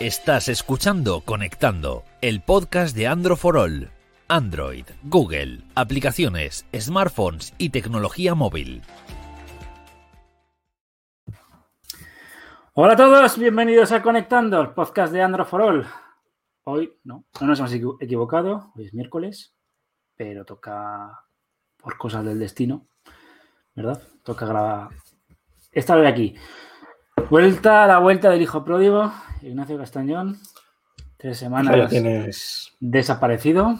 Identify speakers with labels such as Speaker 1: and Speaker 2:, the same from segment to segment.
Speaker 1: Estás escuchando Conectando, el podcast de Andro for All. Android, Google, aplicaciones, smartphones y tecnología móvil.
Speaker 2: Hola a todos, bienvenidos a Conectando, el podcast de Andro for All. Hoy no, no nos hemos equi- equivocado, hoy es miércoles, pero toca por cosas del destino, ¿verdad? Toca grabar. Estar hoy aquí. Vuelta a la vuelta del hijo pródigo, Ignacio Castañón. Tres
Speaker 3: Ahí lo
Speaker 2: semanas
Speaker 3: tienes.
Speaker 2: desaparecido.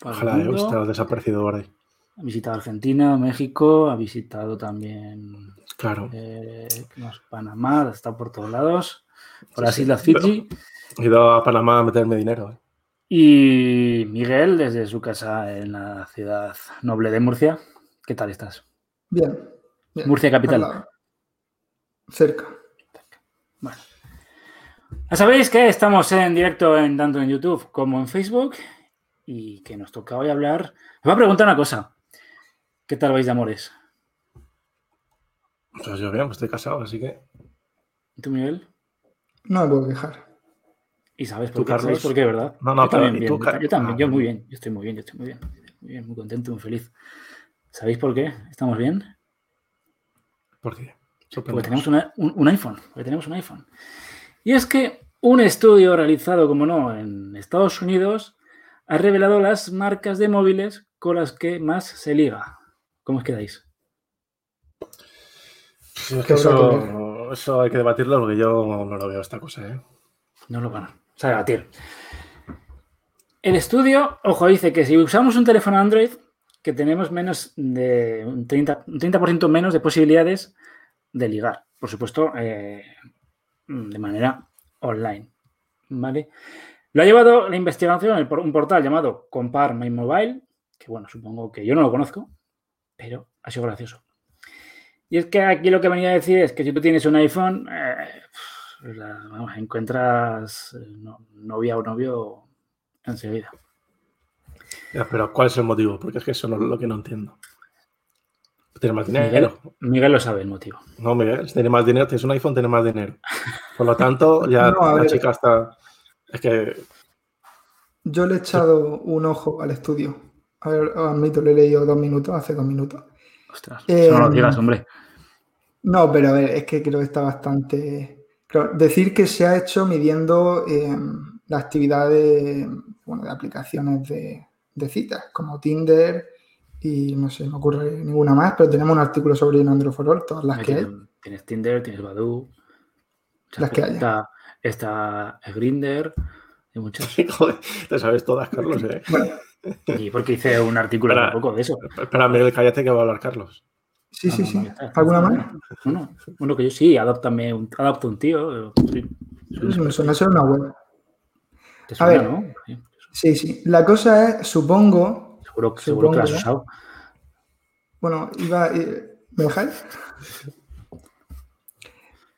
Speaker 2: por el
Speaker 3: Ojalá haya
Speaker 2: mundo.
Speaker 3: estado desaparecido por ahí.
Speaker 2: Ha visitado Argentina, México, ha visitado también
Speaker 3: Claro.
Speaker 2: eh, ¿qué más? Panamá, está por todos lados, por
Speaker 3: Sí,
Speaker 2: las
Speaker 3: sí.
Speaker 2: Islas Fiji.
Speaker 3: He ido a Panamá a meterme dinero. ¿eh?
Speaker 2: Y Miguel, desde su casa en la ciudad noble de Murcia. ¿Qué tal estás?
Speaker 4: Bien. bien.
Speaker 2: Murcia capital.
Speaker 4: Al lado. Cerca.
Speaker 2: Ya sabéis que estamos en directo en tanto en YouTube como en Facebook y que nos toca hoy hablar. Os voy a preguntar una cosa. ¿Qué tal vais de amores?
Speaker 3: Pues yo bien, pues estoy casado, así que.
Speaker 2: ¿Y ¿Tú, Miguel?
Speaker 4: No me puedo quejar.
Speaker 2: Y sabes
Speaker 3: Tú,
Speaker 2: por qué,
Speaker 3: Carlos.
Speaker 2: sabéis por qué, ¿verdad?
Speaker 3: No, no,
Speaker 2: yo
Speaker 3: pero
Speaker 2: también,
Speaker 3: ¿y
Speaker 2: bien,
Speaker 3: tú,
Speaker 2: yo,
Speaker 3: Car-
Speaker 2: yo también,
Speaker 3: ah,
Speaker 2: yo muy
Speaker 3: bueno.
Speaker 2: bien, yo estoy muy bien, yo estoy muy bien, muy bien, muy contento, muy feliz. ¿Sabéis por qué? ¿Estamos bien?
Speaker 3: ¿Por qué?
Speaker 2: Porque
Speaker 3: Sorprendemos.
Speaker 2: tenemos una- un, un iPhone, porque tenemos un iPhone. Y es que un estudio realizado, como no, en Estados Unidos ha revelado las marcas de móviles con las que más se liga. ¿Cómo os quedáis?
Speaker 3: Pues es que
Speaker 4: ¿Qué habrá que
Speaker 3: eso, eso hay que debatirlo porque yo no lo veo esta cosa, ¿eh?
Speaker 2: No lo van a o sea, debatir. El estudio, ojo, dice que si usamos un teléfono Android, que tenemos menos de un 30%, un 30% menos de posibilidades de ligar. Por supuesto, eh, de manera online. ¿Vale? Lo ha llevado la investigación el por- un portal llamado Compar My Mobile, que bueno, supongo que yo no lo conozco, pero ha sido gracioso. Y es que aquí lo que venía a decir es que si tú tienes un iPhone, eh, pues la- vamos, encuentras eh, no- novia o novio enseguida.
Speaker 3: Ya, pero ¿cuál es el motivo? Porque es que eso no es lo que no entiendo. Tienes más
Speaker 2: Miguel,
Speaker 3: dinero.
Speaker 2: Miguel lo sabe el motivo.
Speaker 3: No, Miguel, si tienes más dinero, tienes un iPhone, tienes más dinero. Por lo tanto, ya
Speaker 4: No, a
Speaker 3: la
Speaker 4: ver.
Speaker 3: chica está. Es que.
Speaker 4: Yo le he echado un ojo al estudio. A ver, admito, lo he leído dos minutos, hace dos minutos.
Speaker 2: Ostras,
Speaker 4: Eh,
Speaker 2: eso no lo digas, hombre.
Speaker 4: No, pero a ver, es que creo que está bastante. claro, decir que se ha hecho midiendo eh, la actividad de, bueno, de aplicaciones de, de citas, como Tinder y no sé, no ocurre ninguna más, pero tenemos un artículo sobre en Android for All, todas las
Speaker 2: Ahí
Speaker 4: que hay.
Speaker 2: tienen- Tienes Tinder, tienes Badoo.
Speaker 4: Las que haya.
Speaker 2: Está, está Grinder. Hay muchas.
Speaker 3: Joder, te sabes todas, Carlos, ¿eh?
Speaker 4: Bueno,
Speaker 2: Y porque hice un artículo
Speaker 3: Para-
Speaker 2: hace poco de eso.
Speaker 3: Espera, Miguel, cállate que va a hablar Carlos.
Speaker 4: sí,
Speaker 2: Ah,
Speaker 4: sí,
Speaker 2: no,
Speaker 4: sí.
Speaker 2: no, está.
Speaker 4: ¿Alguna más?
Speaker 2: Uno, uno que yo sí, adoptame un, adopta un tío. eh, sí.
Speaker 4: Me suena ser una web.
Speaker 2: Te suena,
Speaker 4: ver.
Speaker 2: ¿no? Sí,
Speaker 4: Sí, sí. La cosa es, supongo,
Speaker 2: Seguro, seguro que lo has
Speaker 4: Supongo,
Speaker 2: usado.
Speaker 4: bueno, iba, eh, ¿me dejáis?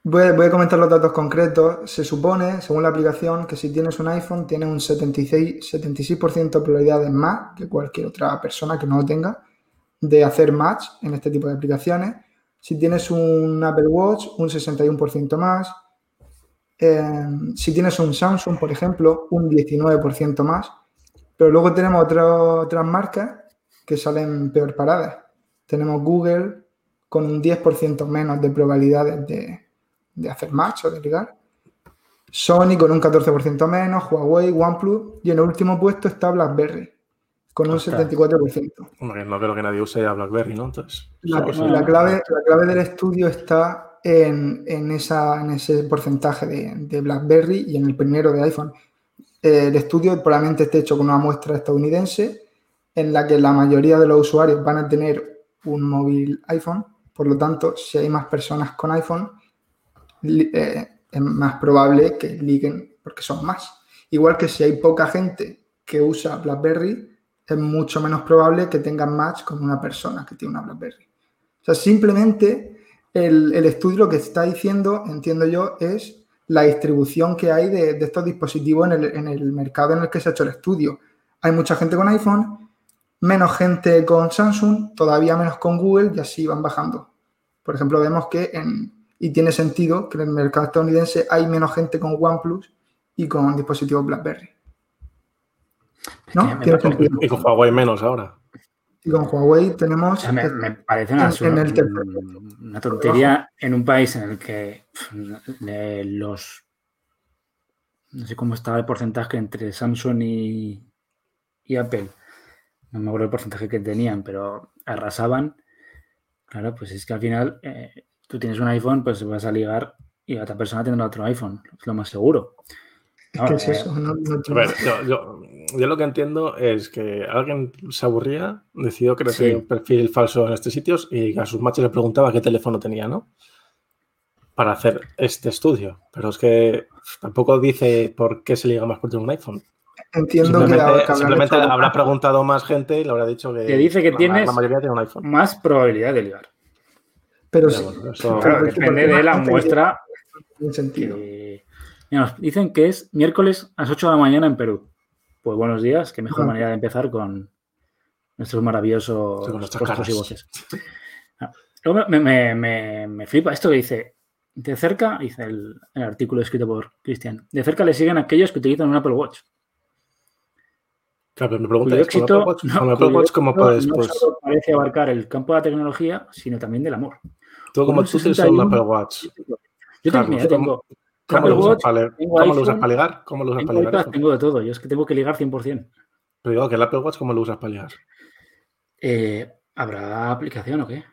Speaker 4: Voy a, voy a comentar los datos concretos. Se supone, según la aplicación, que si tienes un iPhone, tienes un 76, 76% de probabilidades más que cualquier otra persona que no lo tenga de hacer match en este tipo de aplicaciones. Si tienes un Apple Watch, un 61% más. Eh, si tienes un Samsung, por ejemplo, un 19% más. Pero luego tenemos otro- otras marcas que salen peor paradas. Tenemos Google con un 10% menos de probabilidades de, de hacer match o de ligar. Sony con un 14% menos, Huawei, OnePlus. Y en el último puesto está BlackBerry con un
Speaker 2: Ostras.
Speaker 4: 74%.
Speaker 3: Hombre, no creo que nadie use a BlackBerry, ¿no? Entonces,
Speaker 4: La,
Speaker 3: pues,
Speaker 2: no,
Speaker 4: la
Speaker 2: no.
Speaker 4: clave, la clave del estudio está en, en esa, en ese porcentaje de, de BlackBerry y en el primero de iPhone. Eh, El estudio probablemente esté hecho con una muestra estadounidense en la que la mayoría de los usuarios van a tener un móvil iPhone. Por lo tanto, si hay más personas con iPhone, li- eh, es más probable que liguen porque son más. Igual que si hay poca gente que usa BlackBerry, es mucho menos probable que tengan match con una persona que tiene una BlackBerry. O sea, simplemente el, el estudio lo que está diciendo, entiendo yo, es la distribución que hay de, de estos dispositivos en el, en el mercado en el que se ha hecho el estudio. Hay mucha gente con iPhone, menos gente con Samsung, todavía menos con Google y así van bajando. Por ejemplo, vemos que en y tiene sentido que en el mercado estadounidense hay menos gente con OnePlus y con dispositivos BlackBerry.
Speaker 3: ¿No? ¿Tiene sentido? Ah, Y con Huawei menos ahora.
Speaker 4: Y con Huawei tenemos. O
Speaker 2: sea, me, me, parece una, en, en el una tontería en un país en el que pff, los. No sé cómo estaba el porcentaje entre Samsung y, y Apple. No me acuerdo el porcentaje que tenían, pero arrasaban. Claro, pues es que al final eh, tú tienes un iPhone, pues vas a ligar y otra persona tendrá otro iPhone, es lo más seguro. eh,
Speaker 4: No, ¿Qué es eso? No, no
Speaker 3: eh, a ver, yo, yo, yo, lo que entiendo es que alguien se aburría, decidió crear sí. un perfil falso en estos sitios y a sus machos le preguntaba qué teléfono tenía, ¿no? Para hacer este estudio. Pero es que tampoco dice por qué se liga más por un iPhone.
Speaker 4: Entiendo
Speaker 3: simplemente, que, que simplemente habrá, habrá preguntado más gente y le habrá dicho que,
Speaker 2: te dice que
Speaker 3: la,
Speaker 2: tienes
Speaker 3: la mayoría tiene un iPhone.
Speaker 2: más probabilidad de ligar.
Speaker 4: Pero, Pero bueno,
Speaker 2: eso, claro, depende de la muestra. Tiene sentido. Que... Eh, Mira, nos dicen que es miércoles a las 8 de la mañana en Perú. Pues buenos días, qué mejor uh -huh. manera de empezar con nuestros maravillosos rostros y voces. Ah, Luego me, me, me, me, flipa esto que dice, de cerca, dice el, el artículo escrito por Cristian, de cerca le siguen aquellos que utilizan un Apple Watch.
Speaker 3: Claro, pero me pregunta, ¿es éxito, Apple Watch, no, con Apple Watch pues, cómo puedes?
Speaker 2: No solo parece abarcar el campo de la tecnología, sino también del amor.
Speaker 3: Tú como tú tienes un Apple Watch.
Speaker 2: Yo también tengo, tengo
Speaker 3: ¿Cómo lo, usas para, ¿Cómo iPhone, lo usas para ligar? ¿Cómo lo usas
Speaker 2: tengo
Speaker 3: para ligar?
Speaker 2: Watch, tengo de todo. Yo es que tengo que ligar 100%.
Speaker 3: Pero digo, que el Apple Watch, ¿cómo lo usas para ligar?
Speaker 2: Eh, ¿Habrá aplicación o qué?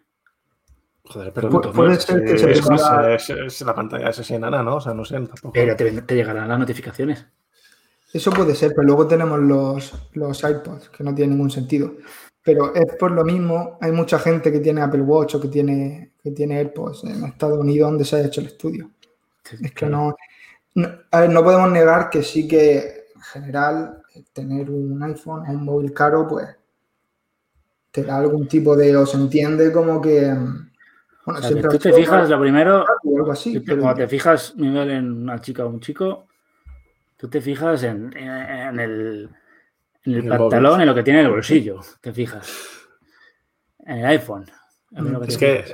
Speaker 3: Joder, pero Punto, puede pues,
Speaker 2: eh,
Speaker 3: ser que se es, la... Es, es, la pantalla es así enana, ¿no? O sea, no sé tampoco.
Speaker 2: Pero te, te, llegarán las notificaciones.
Speaker 4: Eso puede ser, pero luego tenemos los, los iPods, que no tienen ningún sentido. Pero es por lo mismo, hay mucha gente que tiene Apple Watch o que tiene, que tiene AirPods en Estados Unidos donde se ha hecho el estudio. Es que no, no, a ver, no, podemos negar que sí que en general tener un iPhone o un móvil caro, pues te da algún tipo de, o se entiende como que... mm,
Speaker 2: Bueno, o sea, siempre tú te fijas, lo primero, algo así, te, pero... cuando te fijas, Miguel, en una chica o un chico, tú te fijas en, en, en el, en el, el pantalón, móvil. en lo que tiene el bolsillo, te fijas. En el iPhone. Mm,
Speaker 3: Es que,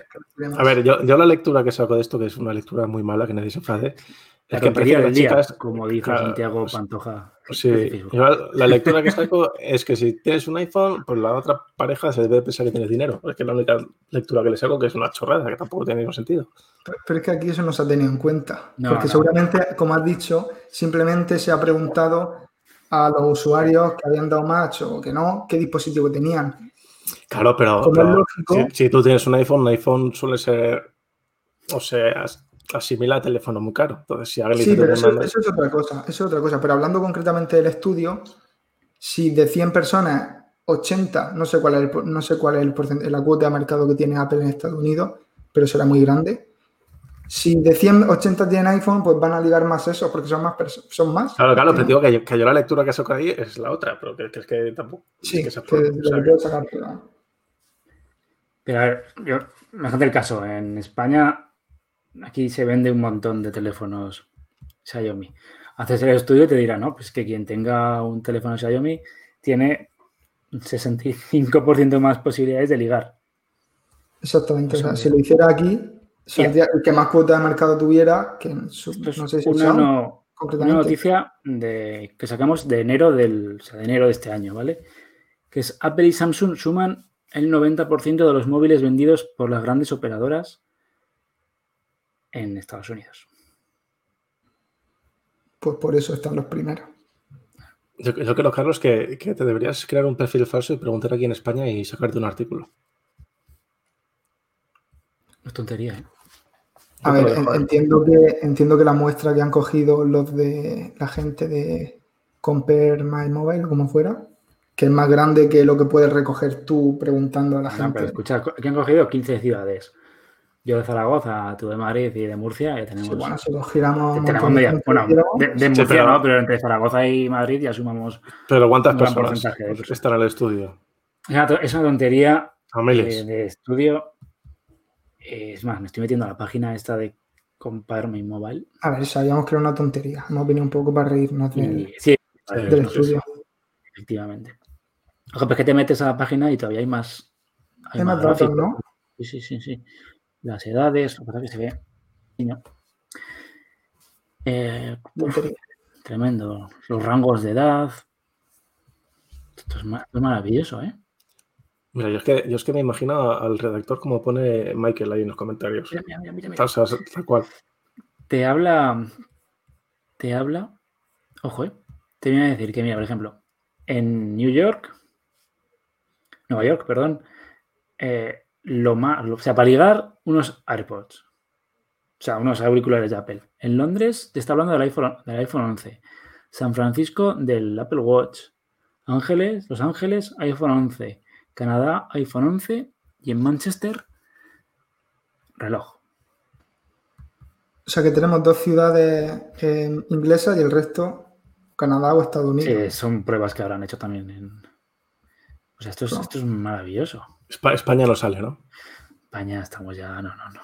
Speaker 3: a ver, yo, yo, la lectura que saco de esto, que es una lectura muy mala, que nadie se enfade,
Speaker 2: es que parece que las día, chicas, como dijo claro, pues, Santiago Pantoja.
Speaker 3: Sí, yo la lectura que saco es que si tienes un iPhone, pues la otra pareja se debe pensar que tienes dinero. Es que es la única lectura que le saco que es una chorrada, que tampoco tiene ningún sentido.
Speaker 4: Pero, pero es que aquí eso no se ha tenido en cuenta. No, porque no. seguramente, como has dicho, simplemente se ha preguntado a los usuarios que habían dado match o que no, qué dispositivo tenían.
Speaker 3: Claro, pero, pero lógico, si, si, tú tienes un iPhone, un iPhone suele ser, o sea, asimila a teléfono muy caro. Entonces, si
Speaker 4: sí, pero eso, manda... eso, es otra cosa, eso es otra cosa. Pero hablando concretamente del estudio, si de 100 personas, 80, no sé cuál es, el, no sé cuál es el porcentaje, la cuota de mercado que tiene Apple en Estados Unidos, pero será muy grande. Si de 100, 80 tienen iPhone, pues van a ligar más eso porque son más. Son más
Speaker 3: claro, claro, pero digo que yo, que yo la lectura que saco ahí es la otra, pero que, que es que tampoco.
Speaker 4: Sí,
Speaker 3: es
Speaker 4: que puede, que, puedo sacar, pero...
Speaker 2: pero a ver, yo, mejor el caso. En España, aquí se vende un montón de teléfonos Xiaomi. Haces el estudio y te dirá, no, pues que quien tenga un teléfono Xiaomi tiene un 65% más posibilidades de ligar.
Speaker 4: Exactamente. O sea, si lo hiciera aquí, Sí. el que más cuota de mercado tuviera, que su,
Speaker 2: Esto es no sé si una, son, no, una noticia de, que sacamos de enero, del, o sea, de enero de este año, ¿vale? Que es Apple y Samsung suman el 90% de los móviles vendidos por las grandes operadoras en Estados Unidos.
Speaker 4: Pues por eso están los primeros.
Speaker 3: Yo, yo creo, Carlos, que, que te deberías crear un perfil falso y preguntar aquí en España y sacarte un artículo.
Speaker 2: No es tontería, ¿eh?
Speaker 4: A ver, entiendo que, entiendo que la muestra que han cogido los de la gente de Compare My Mobile, como fuera, que es más grande que lo que puedes recoger tú preguntando a la gente. No,
Speaker 2: pero escucha, aquí han cogido 15 ciudades. Yo de Zaragoza, tú de Madrid y de Murcia ya tenemos. Sí,
Speaker 4: bueno, si los giramos.
Speaker 2: Tenemos media, de, bueno, de, de Murcia, sí, pero, ¿no? Pero entre Zaragoza y Madrid ya sumamos.
Speaker 3: Pero ¿cuántas personas están en el estudio?
Speaker 2: Es una, es una tontería de, de estudio Eh, es más, me estoy metiendo a la página esta de Compare My Mobile.
Speaker 4: A ver, sabíamos que era una tontería. Hemos venido un poco para reírnos
Speaker 2: del, sí, sí, del no estudio. Sé, efectivamente. Ojo, pues que te metes a la página y todavía hay más.
Speaker 4: Hay, más, datos, ¿no?
Speaker 2: Sí, sí, sí, sí. Las edades, lo que se ve. niño. Eh, uf, tremendo. Los rangos de edad. Esto es, ma- es maravilloso, ¿eh?
Speaker 3: Mira, yo es, que, yo es que me imagino al redactor como pone Michael ahí en los comentarios.
Speaker 2: Mira, mira, mira, mira, mira.
Speaker 3: Tal, tal- tal cual.
Speaker 2: Te habla. Te habla. Ojo, ¿eh? Te viene a decir que, mira, por ejemplo, en New York. Nueva York, perdón. eh, lo más. o sea, para ligar, unos AirPods. O sea, unos auriculares de Apple. En Londres te está hablando del iPhone, del iPhone 11. San Francisco del Apple Watch. Ángeles, Los Ángeles, iPhone 11. Canadá, iPhone 11. Y en Manchester, reloj.
Speaker 4: O sea que tenemos dos ciudades eh, inglesas y el resto Canadá o Estados
Speaker 2: Sí,
Speaker 4: Unidos.
Speaker 2: son pruebas que habrán hecho también en. O sea, esto es,
Speaker 4: No.
Speaker 2: esto es maravilloso.
Speaker 3: Espa- España no sale, ¿no?
Speaker 2: España, estamos ya. No, no, no.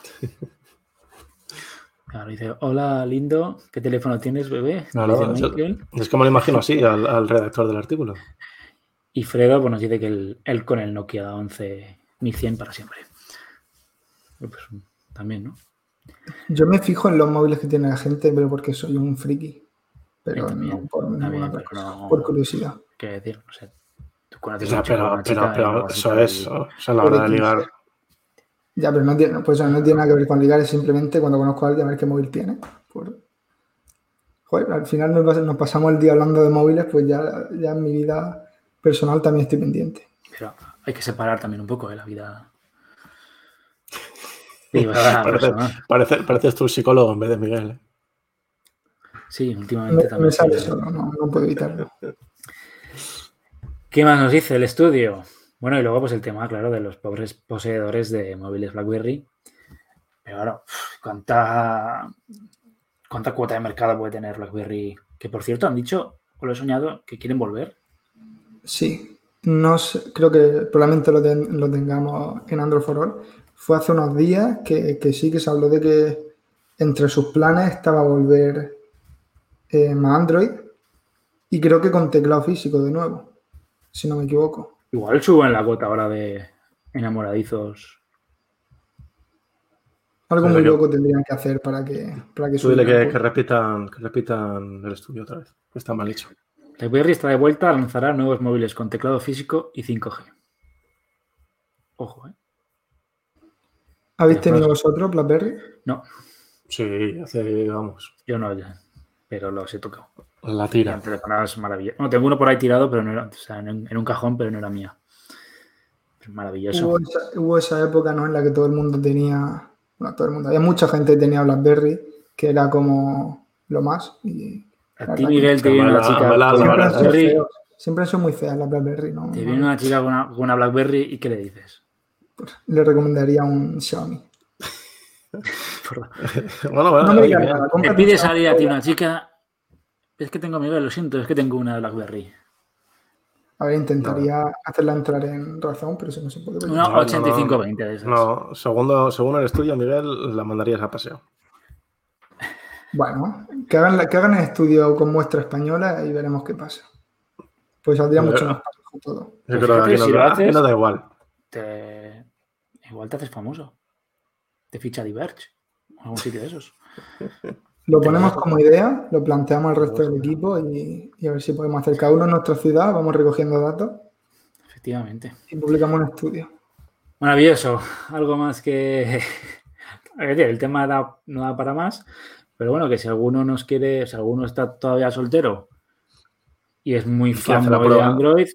Speaker 2: Claro, dice, hola lindo, ¿qué teléfono tienes, bebé?
Speaker 3: No, no,
Speaker 2: Dice
Speaker 3: eso-
Speaker 2: Michael.
Speaker 3: Es que me lo imagino así al, al redactor del artículo.
Speaker 2: Y Fredo pues, nos dice que él, él con el Nokia 11 1100 para siempre. Pues, también, ¿no?
Speaker 4: Yo me fijo en los móviles que tiene la gente, pero porque soy un friki. Pero
Speaker 2: Yo también,
Speaker 4: no por ninguna
Speaker 2: también,
Speaker 4: otra
Speaker 2: pero
Speaker 4: cosa,
Speaker 2: no-
Speaker 4: por curiosidad.
Speaker 2: Quiero decir, no sé. Tú
Speaker 3: O
Speaker 2: conoces a
Speaker 3: sea,
Speaker 2: un chico, a
Speaker 3: pero,
Speaker 2: una chica
Speaker 3: pero,
Speaker 2: y
Speaker 3: pero
Speaker 2: luego
Speaker 3: eso
Speaker 2: resulta
Speaker 3: es.
Speaker 2: que-
Speaker 3: O sea, a la hora de ligar.
Speaker 4: Ya, pero no tiene, pues, no tiene nada que ver con ligar, es simplemente cuando conozco a alguien a ver qué móvil tiene. Por- Joder, al final nos, pas- nos pasamos el día hablando de móviles, pues ya, ya en mi vida personal también estoy pendiente.
Speaker 2: Pero hay que separar también un poco de la vida. privada,
Speaker 3: Parece,
Speaker 2: personal.
Speaker 3: parece- pareces tú el psicólogo en vez de Miguel. ¿eh?
Speaker 2: Sí,
Speaker 4: Me,
Speaker 2: últimamente
Speaker 4: me
Speaker 2: también.
Speaker 4: sale solo, no, no puedo evitarlo.
Speaker 2: ¿Qué más nos dice el estudio? Bueno, y luego pues el tema, claro, de los pobres poseedores de móviles BlackBerry. Pero ahora, uf, ¿cuánta, ¿cuánta cuota de mercado puede tener BlackBerry? Que por cierto han dicho, o lo he soñado, que quieren volver.
Speaker 4: Sí, no sé, creo que probablemente lo, ten- lo tengamos en Android for All. Fue hace unos días que, que sí que se habló de que entre sus planes estaba volver eh, a Android y creo que con teclado físico de nuevo, si no me equivoco.
Speaker 2: Igual suben la cuota ahora de enamoradizos.
Speaker 4: Algo
Speaker 3: Pero
Speaker 4: muy
Speaker 3: yo-
Speaker 4: loco tendrían que hacer para que, para que
Speaker 3: Tú dile
Speaker 4: subiera,
Speaker 3: que, que
Speaker 4: pues.
Speaker 3: repitan, que repitan el estudio otra vez. que Está mal hecho.
Speaker 2: BlackBerry está de vuelta, lanzará nuevos móviles con teclado físico y 5G. Ojo, ¿eh?
Speaker 4: ¿Habéis tenido vosotros BlackBerry?
Speaker 2: No,
Speaker 3: Sí, hace, vamos,
Speaker 2: yo no ya. Pero los he tocado.
Speaker 3: la
Speaker 2: Eran
Speaker 3: tira.
Speaker 2: telefonadas maravillosas. No, tengo uno por ahí tirado, pero no era, o sea, en, un- en un cajón, pero no era mía. Pero maravilloso.
Speaker 4: Hubo esa, hubo esa época ¿no? en la que todo el mundo tenía, bueno, todo el mundo, había mucha gente que tenía BlackBerry, que era como lo más. Y
Speaker 2: a
Speaker 4: la
Speaker 2: ti,
Speaker 4: verdad
Speaker 2: Miguel, te
Speaker 3: que-
Speaker 2: viene una
Speaker 3: Mala-
Speaker 2: chica
Speaker 3: mala-
Speaker 2: con una
Speaker 3: mala-
Speaker 4: siempre, han sido
Speaker 2: Blackberry.
Speaker 4: feos, siempre son muy feas las BlackBerry, ¿no?
Speaker 2: Te viene una chica con una, con una Blackberry y ¿qué le dices?
Speaker 4: Le recomendaría un Xiaomi.
Speaker 2: Por-
Speaker 3: Bueno,
Speaker 2: Ah,
Speaker 3: bueno,
Speaker 4: No me
Speaker 3: oye,
Speaker 4: digas
Speaker 3: bien.
Speaker 4: nada,
Speaker 2: Te
Speaker 4: cómprate un
Speaker 2: pides a
Speaker 4: Xiaomi.
Speaker 2: día a ti una chica. Es que tengo, Miguel, lo siento, es que tengo una Blackberry.
Speaker 4: A ver, intentaría hacerla entrar en razón, pero eso no se puede. porque-
Speaker 2: Una
Speaker 3: No, no, no.
Speaker 2: 85-20 de esas.
Speaker 3: No, segundo, según el estudio, Miguel, la mandarías a paseo.
Speaker 4: Bueno, que hagan, la- que hagan el estudio con muestra española y veremos qué pasa. Pues saldría
Speaker 3: Pero-
Speaker 4: mucho más parejo todo.
Speaker 3: Yo
Speaker 2: Pues
Speaker 3: creo que
Speaker 2: fíjate,
Speaker 3: aquí no,
Speaker 2: si lo
Speaker 3: aquí
Speaker 2: haces-
Speaker 3: no da igual.
Speaker 2: Te- Igual te haces famoso. Te ficha Diverge. O algún sitio de esos.
Speaker 4: Lo ponemos como idea, lo planteamos al resto del equipo y, y a ver si podemos hacer cada uno en nuestra ciudad, vamos recogiendo datos
Speaker 2: Efectivamente.
Speaker 4: y publicamos un estudio.
Speaker 2: Maravilloso. Algo más que. Es decir, El tema da, no da para más, pero bueno, que si alguno nos quiere, si alguno está todavía soltero y es muy
Speaker 3: que
Speaker 2: fan
Speaker 3: hace la
Speaker 2: boy de
Speaker 3: prueba.
Speaker 2: Android,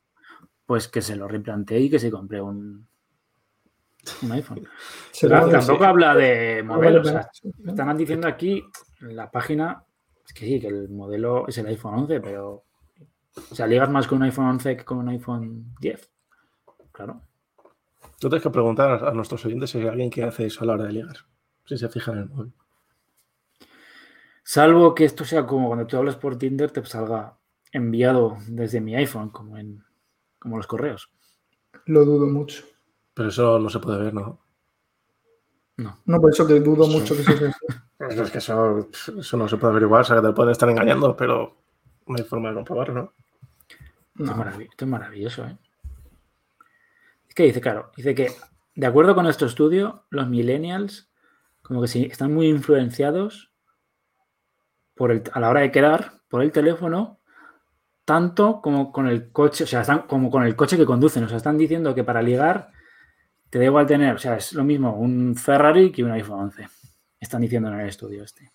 Speaker 2: pues que se lo replantee y que se compre un, un iPhone.
Speaker 4: Se
Speaker 2: Pero
Speaker 4: puede-
Speaker 2: tampoco habla de
Speaker 4: se puede
Speaker 2: modelos. o sea,
Speaker 4: planear.
Speaker 2: Están diciendo aquí en la página es que sí, que el modelo es el iPhone 11, pero. O sea, ligas más con un iPhone 11 que con un iPhone 10. Claro.
Speaker 3: Tú tienes que preguntar a nuestros oyentes si hay alguien que hace eso a la hora de ligar. Si se fijan en el móvil.
Speaker 2: Salvo que esto sea como cuando tú hablas por Tinder te salga enviado desde mi iPhone, como en como los correos.
Speaker 4: Lo dudo mucho.
Speaker 3: Pero eso no se puede ver, ¿no?
Speaker 4: No, por eso que dudo mucho que se sea así.
Speaker 3: Eso Es que eso, eso no se puede averiguar, o sea que te pueden estar engañando, pero no hay forma de comprobarlo, ¿no?
Speaker 2: Esto, es
Speaker 4: No,
Speaker 2: maravi- esto es maravilloso, ¿eh? Es que dice, claro, dice que de acuerdo con nuestro estudio, los millennials como que sí, están muy influenciados por el, a la hora de quedar por el teléfono, tanto como con el coche, o sea, están como con el coche que conducen, o sea, están diciendo que para ligar te da igual tener, o sea, es lo mismo un Ferrari que un iPhone 11, están diciendo en el estudio este.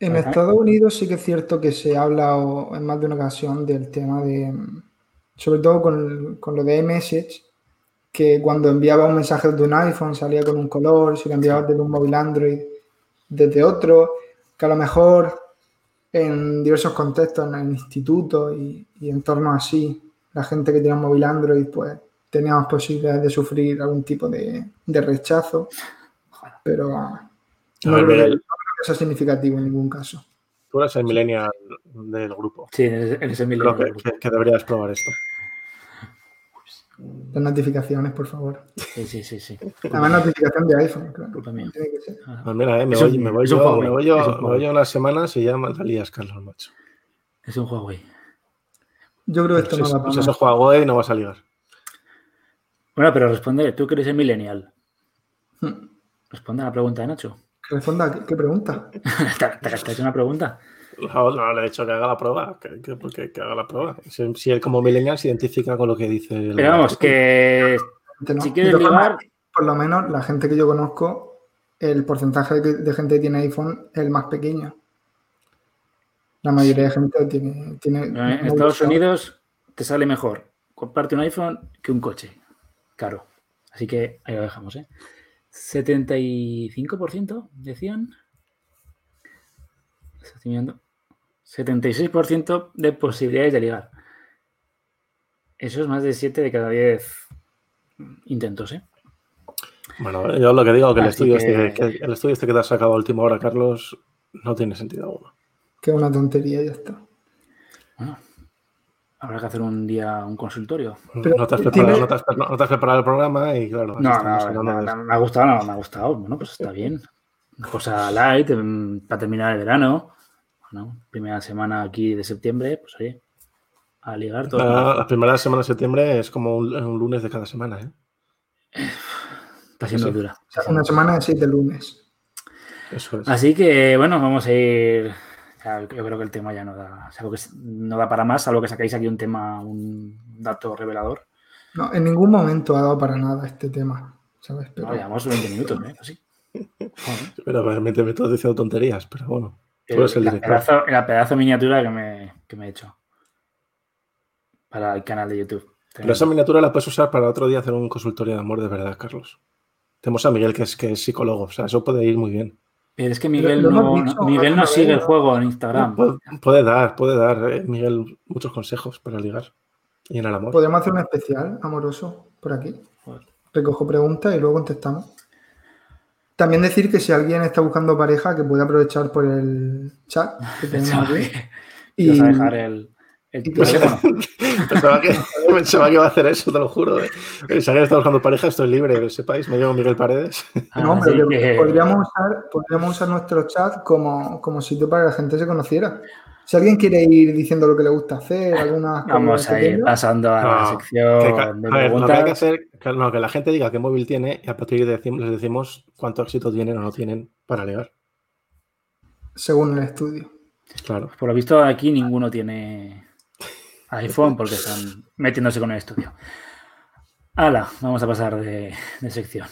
Speaker 4: En Ajá. Estados Unidos sí que es cierto que se ha hablado en más de una ocasión del tema de, sobre todo con, con lo de iMessage, que cuando enviaba un mensaje de un iPhone salía con un color, si lo enviabas desde un móvil Android, desde otro, que a lo mejor en diversos contextos, en el instituto y, y entornos así, la gente que tenía un móvil Android, pues teníamos posibilidades de sufrir algún tipo de, de rechazo, pero no, creo que, no creo que sea significativo en ningún caso.
Speaker 3: Tú eres el millennial del grupo.
Speaker 2: Sí, eres el millennial.
Speaker 3: Creo que, que deberías probar esto.
Speaker 4: Las notificaciones, por favor.
Speaker 2: Sí, sí, sí. sí.
Speaker 4: Además, notificación de iPhone, claro.
Speaker 2: Culpa mía.
Speaker 4: Tiene que ser.
Speaker 3: Pues mira, eh, me,
Speaker 2: Es un-
Speaker 3: voy, me, voy
Speaker 2: es un
Speaker 3: yo,
Speaker 2: Huawei,
Speaker 3: me voy yo-
Speaker 2: es un
Speaker 3: me
Speaker 2: Huawei.
Speaker 3: voy yo unas semanas y ya me la lías, Carlos, macho.
Speaker 2: Es un Huawei.
Speaker 4: Yo creo que esto
Speaker 3: Pues,
Speaker 4: no
Speaker 3: eso-
Speaker 4: va
Speaker 3: pues
Speaker 4: para
Speaker 3: eso
Speaker 4: más.
Speaker 3: juega Huawei y no vas a ligar.
Speaker 2: Bueno, pero responde, tú que eres el millennial.
Speaker 4: Hmm.
Speaker 2: Responde a la pregunta de Nacho.
Speaker 4: Responda, ¿qué, qué pregunta?
Speaker 2: ¿Te, te has hecho una pregunta?
Speaker 3: No, no, le he dicho que haga la prueba. Que, que- porque que haga la prueba. Si, si él como millennial se identifica con lo que dice el-
Speaker 2: Pero vamos, que eh,
Speaker 4: Te no.
Speaker 2: si quieres
Speaker 4: De todas
Speaker 2: ligar,
Speaker 4: formas, Por lo menos la gente que yo conozco, el porcentaje de, de gente que tiene iPhone es el más pequeño. La mayoría de gente tiene. tiene
Speaker 2: en Eh, Estados Unidos te sale mejor comparte un iPhone que un coche. Caro. Así que ahí lo dejamos, ¿eh? 75% decían. Estoy mirando. 76% de posibilidades de ligar. Eso es más de 7 de cada 10 intentos, ¿eh?
Speaker 3: Bueno, yo lo que digo que el
Speaker 2: Así
Speaker 3: estudio,
Speaker 2: que-
Speaker 3: Este, que el estudio este que te has sacado a última hora, Carlos, no tiene sentido alguno.
Speaker 4: Que es una tontería, ya está.
Speaker 2: Bueno, habrá que hacer un día un consultorio.
Speaker 4: Pero
Speaker 3: no, te has
Speaker 4: tiene-
Speaker 3: preparado, no, te has, no te has preparado el programa y claro, aquí
Speaker 2: No,
Speaker 3: Pues estamos
Speaker 2: no,
Speaker 3: hablando
Speaker 2: no,
Speaker 3: de-
Speaker 2: no, me ha gustado, no, me ha gustado. Bueno, pues está bien. Una cosa light em, para terminar el verano. Bueno, primera semana aquí de septiembre, pues oye, a ligar todo.
Speaker 3: La, la primera semana de septiembre es como un, un lunes de cada semana, ¿eh?
Speaker 2: está siendo
Speaker 3: sí.
Speaker 2: dura.
Speaker 4: O sea, una semana de seis de lunes.
Speaker 3: Eso es.
Speaker 2: Así que, bueno, vamos a ir. ya, Yo creo que el tema ya no da, salvo que s- no da para más, salvo que sacáis aquí un tema, un dato revelador.
Speaker 4: No, en ningún momento ha dado para nada este tema, ¿sabes? Pero,
Speaker 2: No, llevamos 20 minutos, ¿eh? Así. Joder.
Speaker 3: Pero realmente me estás diciendo tonterías, pero bueno. Tú
Speaker 2: El,
Speaker 3: eres el
Speaker 2: la,
Speaker 3: director.
Speaker 2: pedazo, la pedazo miniatura que me, que me he hecho para el canal de YouTube.
Speaker 3: Pero esa miniatura la puedes usar para otro día hacer un consultorio de amor de verdad, Carlos. Tenemos a Miguel, que es, que es psicólogo. O sea, eso puede ir muy bien.
Speaker 2: Pero Eh, es que Miguel
Speaker 4: lo
Speaker 2: no,
Speaker 4: hemos dicho,
Speaker 2: no- Miguel
Speaker 4: Rafa,
Speaker 2: no sigue el
Speaker 4: ¿no?
Speaker 2: juego en Instagram.
Speaker 3: Puede, puede dar, puede dar, eh, Miguel, muchos consejos para ligar y en el amor.
Speaker 4: Podemos hacer un especial amoroso por aquí.
Speaker 2: Joder.
Speaker 4: Recojo preguntas y luego contestamos. También decir que si alguien está buscando pareja, que puede aprovechar por el chat que tenemos aquí.
Speaker 2: Y... Vas
Speaker 4: Y
Speaker 2: a dejar el, el
Speaker 4: y- pues,
Speaker 2: teléfono.
Speaker 3: Pensaba que, pensaba que iba a hacer eso, te lo juro. eh. Si alguien está buscando pareja, estoy libre, que sepáis. Me llamo Miguel Paredes.
Speaker 4: no,
Speaker 2: Así
Speaker 4: pero que
Speaker 2: que-
Speaker 4: podríamos, usar, podríamos usar nuestro chat como, como sitio para que la gente se conociera. Si alguien quiere ir diciendo lo que le gusta hacer, algunas
Speaker 2: Vamos
Speaker 4: que
Speaker 2: a ir
Speaker 4: tenga,
Speaker 2: pasando a la
Speaker 3: No,
Speaker 2: sección
Speaker 3: Que ca-
Speaker 2: de
Speaker 3: a ver, lo que hay que
Speaker 2: preguntas.
Speaker 3: hacer que, no, que la gente diga qué móvil tiene y a partir de decim- les decimos cuánto éxito tienen o no tienen para ligar.
Speaker 4: según el estudio.
Speaker 3: Claro.
Speaker 2: Por lo visto, aquí ninguno tiene iPhone porque están metiéndose con el estudio. Hala, vamos a pasar de- de sección.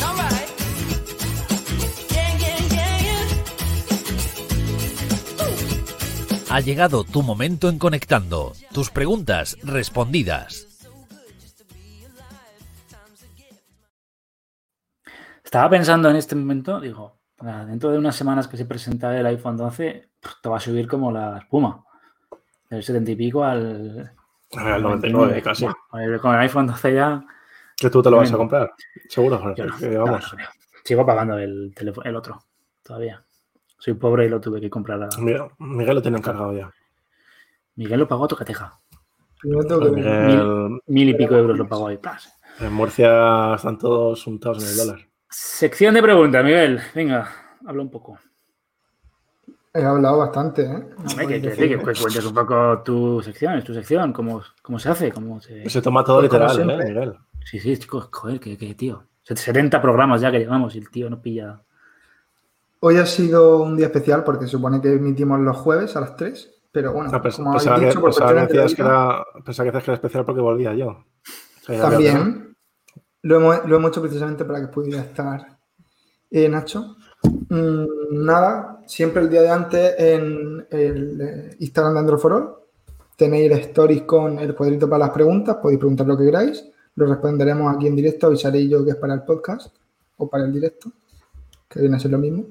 Speaker 5: Alright. Yeah, yeah, yeah, yeah.
Speaker 1: Ha llegado tu momento en Conectando. Tus preguntas respondidas.
Speaker 2: Estaba pensando en este momento, digo, "Ah, dentro de unas semanas que se presenta el iPhone 12, pff, te va a subir como la espuma. Del 70 y pico al.
Speaker 3: A ver, al 99 casi.
Speaker 2: Buah, Con el, con el iPhone 12 ya.
Speaker 3: Que tú te lo vas a
Speaker 2: Tremendo.
Speaker 3: comprar. Seguro,
Speaker 2: yo no,
Speaker 3: que
Speaker 2: no,
Speaker 3: vamos.
Speaker 2: no creo. Sigo pagando el, teléfo- el otro todavía. Soy pobre y lo tuve que comprar a.
Speaker 3: Mira, Miguel lo tiene encargado ya.
Speaker 2: Miguel lo pagó a Tocateja.
Speaker 4: Primero tengo que
Speaker 3: Pues
Speaker 4: ver.
Speaker 3: Miguel,
Speaker 2: Mil y pico euros lo pagó ahí. Plas.
Speaker 3: en Murcia están todos untados en el dólar.
Speaker 2: Sección de preguntas, Miguel. Venga, habla un poco.
Speaker 4: He hablado bastante, ¿eh?
Speaker 2: Hombre, que, que- que- que cuentes un poco tu sección, es tu sección, cómo, cómo se hace, cómo se.
Speaker 3: Se toma todo
Speaker 4: Pues como
Speaker 3: literal, ¿eh,
Speaker 4: siempre.
Speaker 3: Miguel?
Speaker 2: Sí, sí, chicos, joder, qué, qué tío. 70 programas ya que llevamos y el tío no pilla.
Speaker 4: Hoy ha sido un día especial porque se supone que emitimos los jueves a las 3, pero bueno,
Speaker 3: Ah, pens-
Speaker 4: como habéis
Speaker 3: pensaba, que,
Speaker 4: dicho, por
Speaker 3: pensaba que
Speaker 4: cuestiones de la
Speaker 3: decías que
Speaker 4: vida-
Speaker 3: era, pensaba que decías que era especial porque volvía yo. O sea, ya veo que no.
Speaker 4: También. Lo hemos, lo hemos hecho precisamente para que pudiera estar eh, Nacho. Mm, nada, siempre el día de antes en el eh, Instagram de Androforol tenéis el stories con el cuadrito para las preguntas, podéis preguntar lo que queráis, lo responderemos aquí en directo, avisaré yo que es para el podcast o para el directo, que viene a ser lo mismo.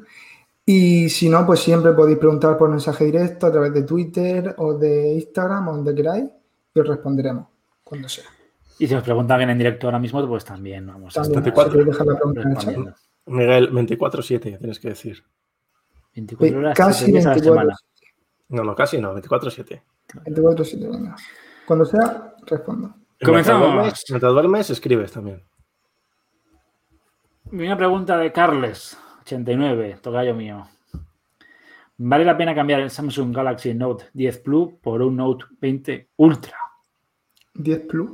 Speaker 4: Y si no, pues siempre podéis preguntar por mensaje directo a través de Twitter o de Instagram o donde queráis y os responderemos cuando sea.
Speaker 2: Y si nos preguntan en directo ahora mismo, pues también vamos a
Speaker 4: También,
Speaker 2: estar
Speaker 3: 74.
Speaker 4: si queréis dejar la pregunta en el chat.
Speaker 2: respondiendo.
Speaker 3: Miguel, 24-7, tienes que decir.
Speaker 2: 24 horas,
Speaker 4: Casi
Speaker 2: 7 días a la
Speaker 4: 24.
Speaker 2: semana.
Speaker 3: No, no, casi no, 24-7.
Speaker 4: 24, sí, venga. Cuando sea, respondo.
Speaker 3: Y
Speaker 2: Comenzamos.
Speaker 3: Mientras duermes, mientras duermes, escribes también.
Speaker 2: Una pregunta de Carles, 89, tocayo mío. ¿Vale la pena cambiar el Samsung Galaxy Note 10 Plus por un Note 20 Ultra?
Speaker 4: 10 plus.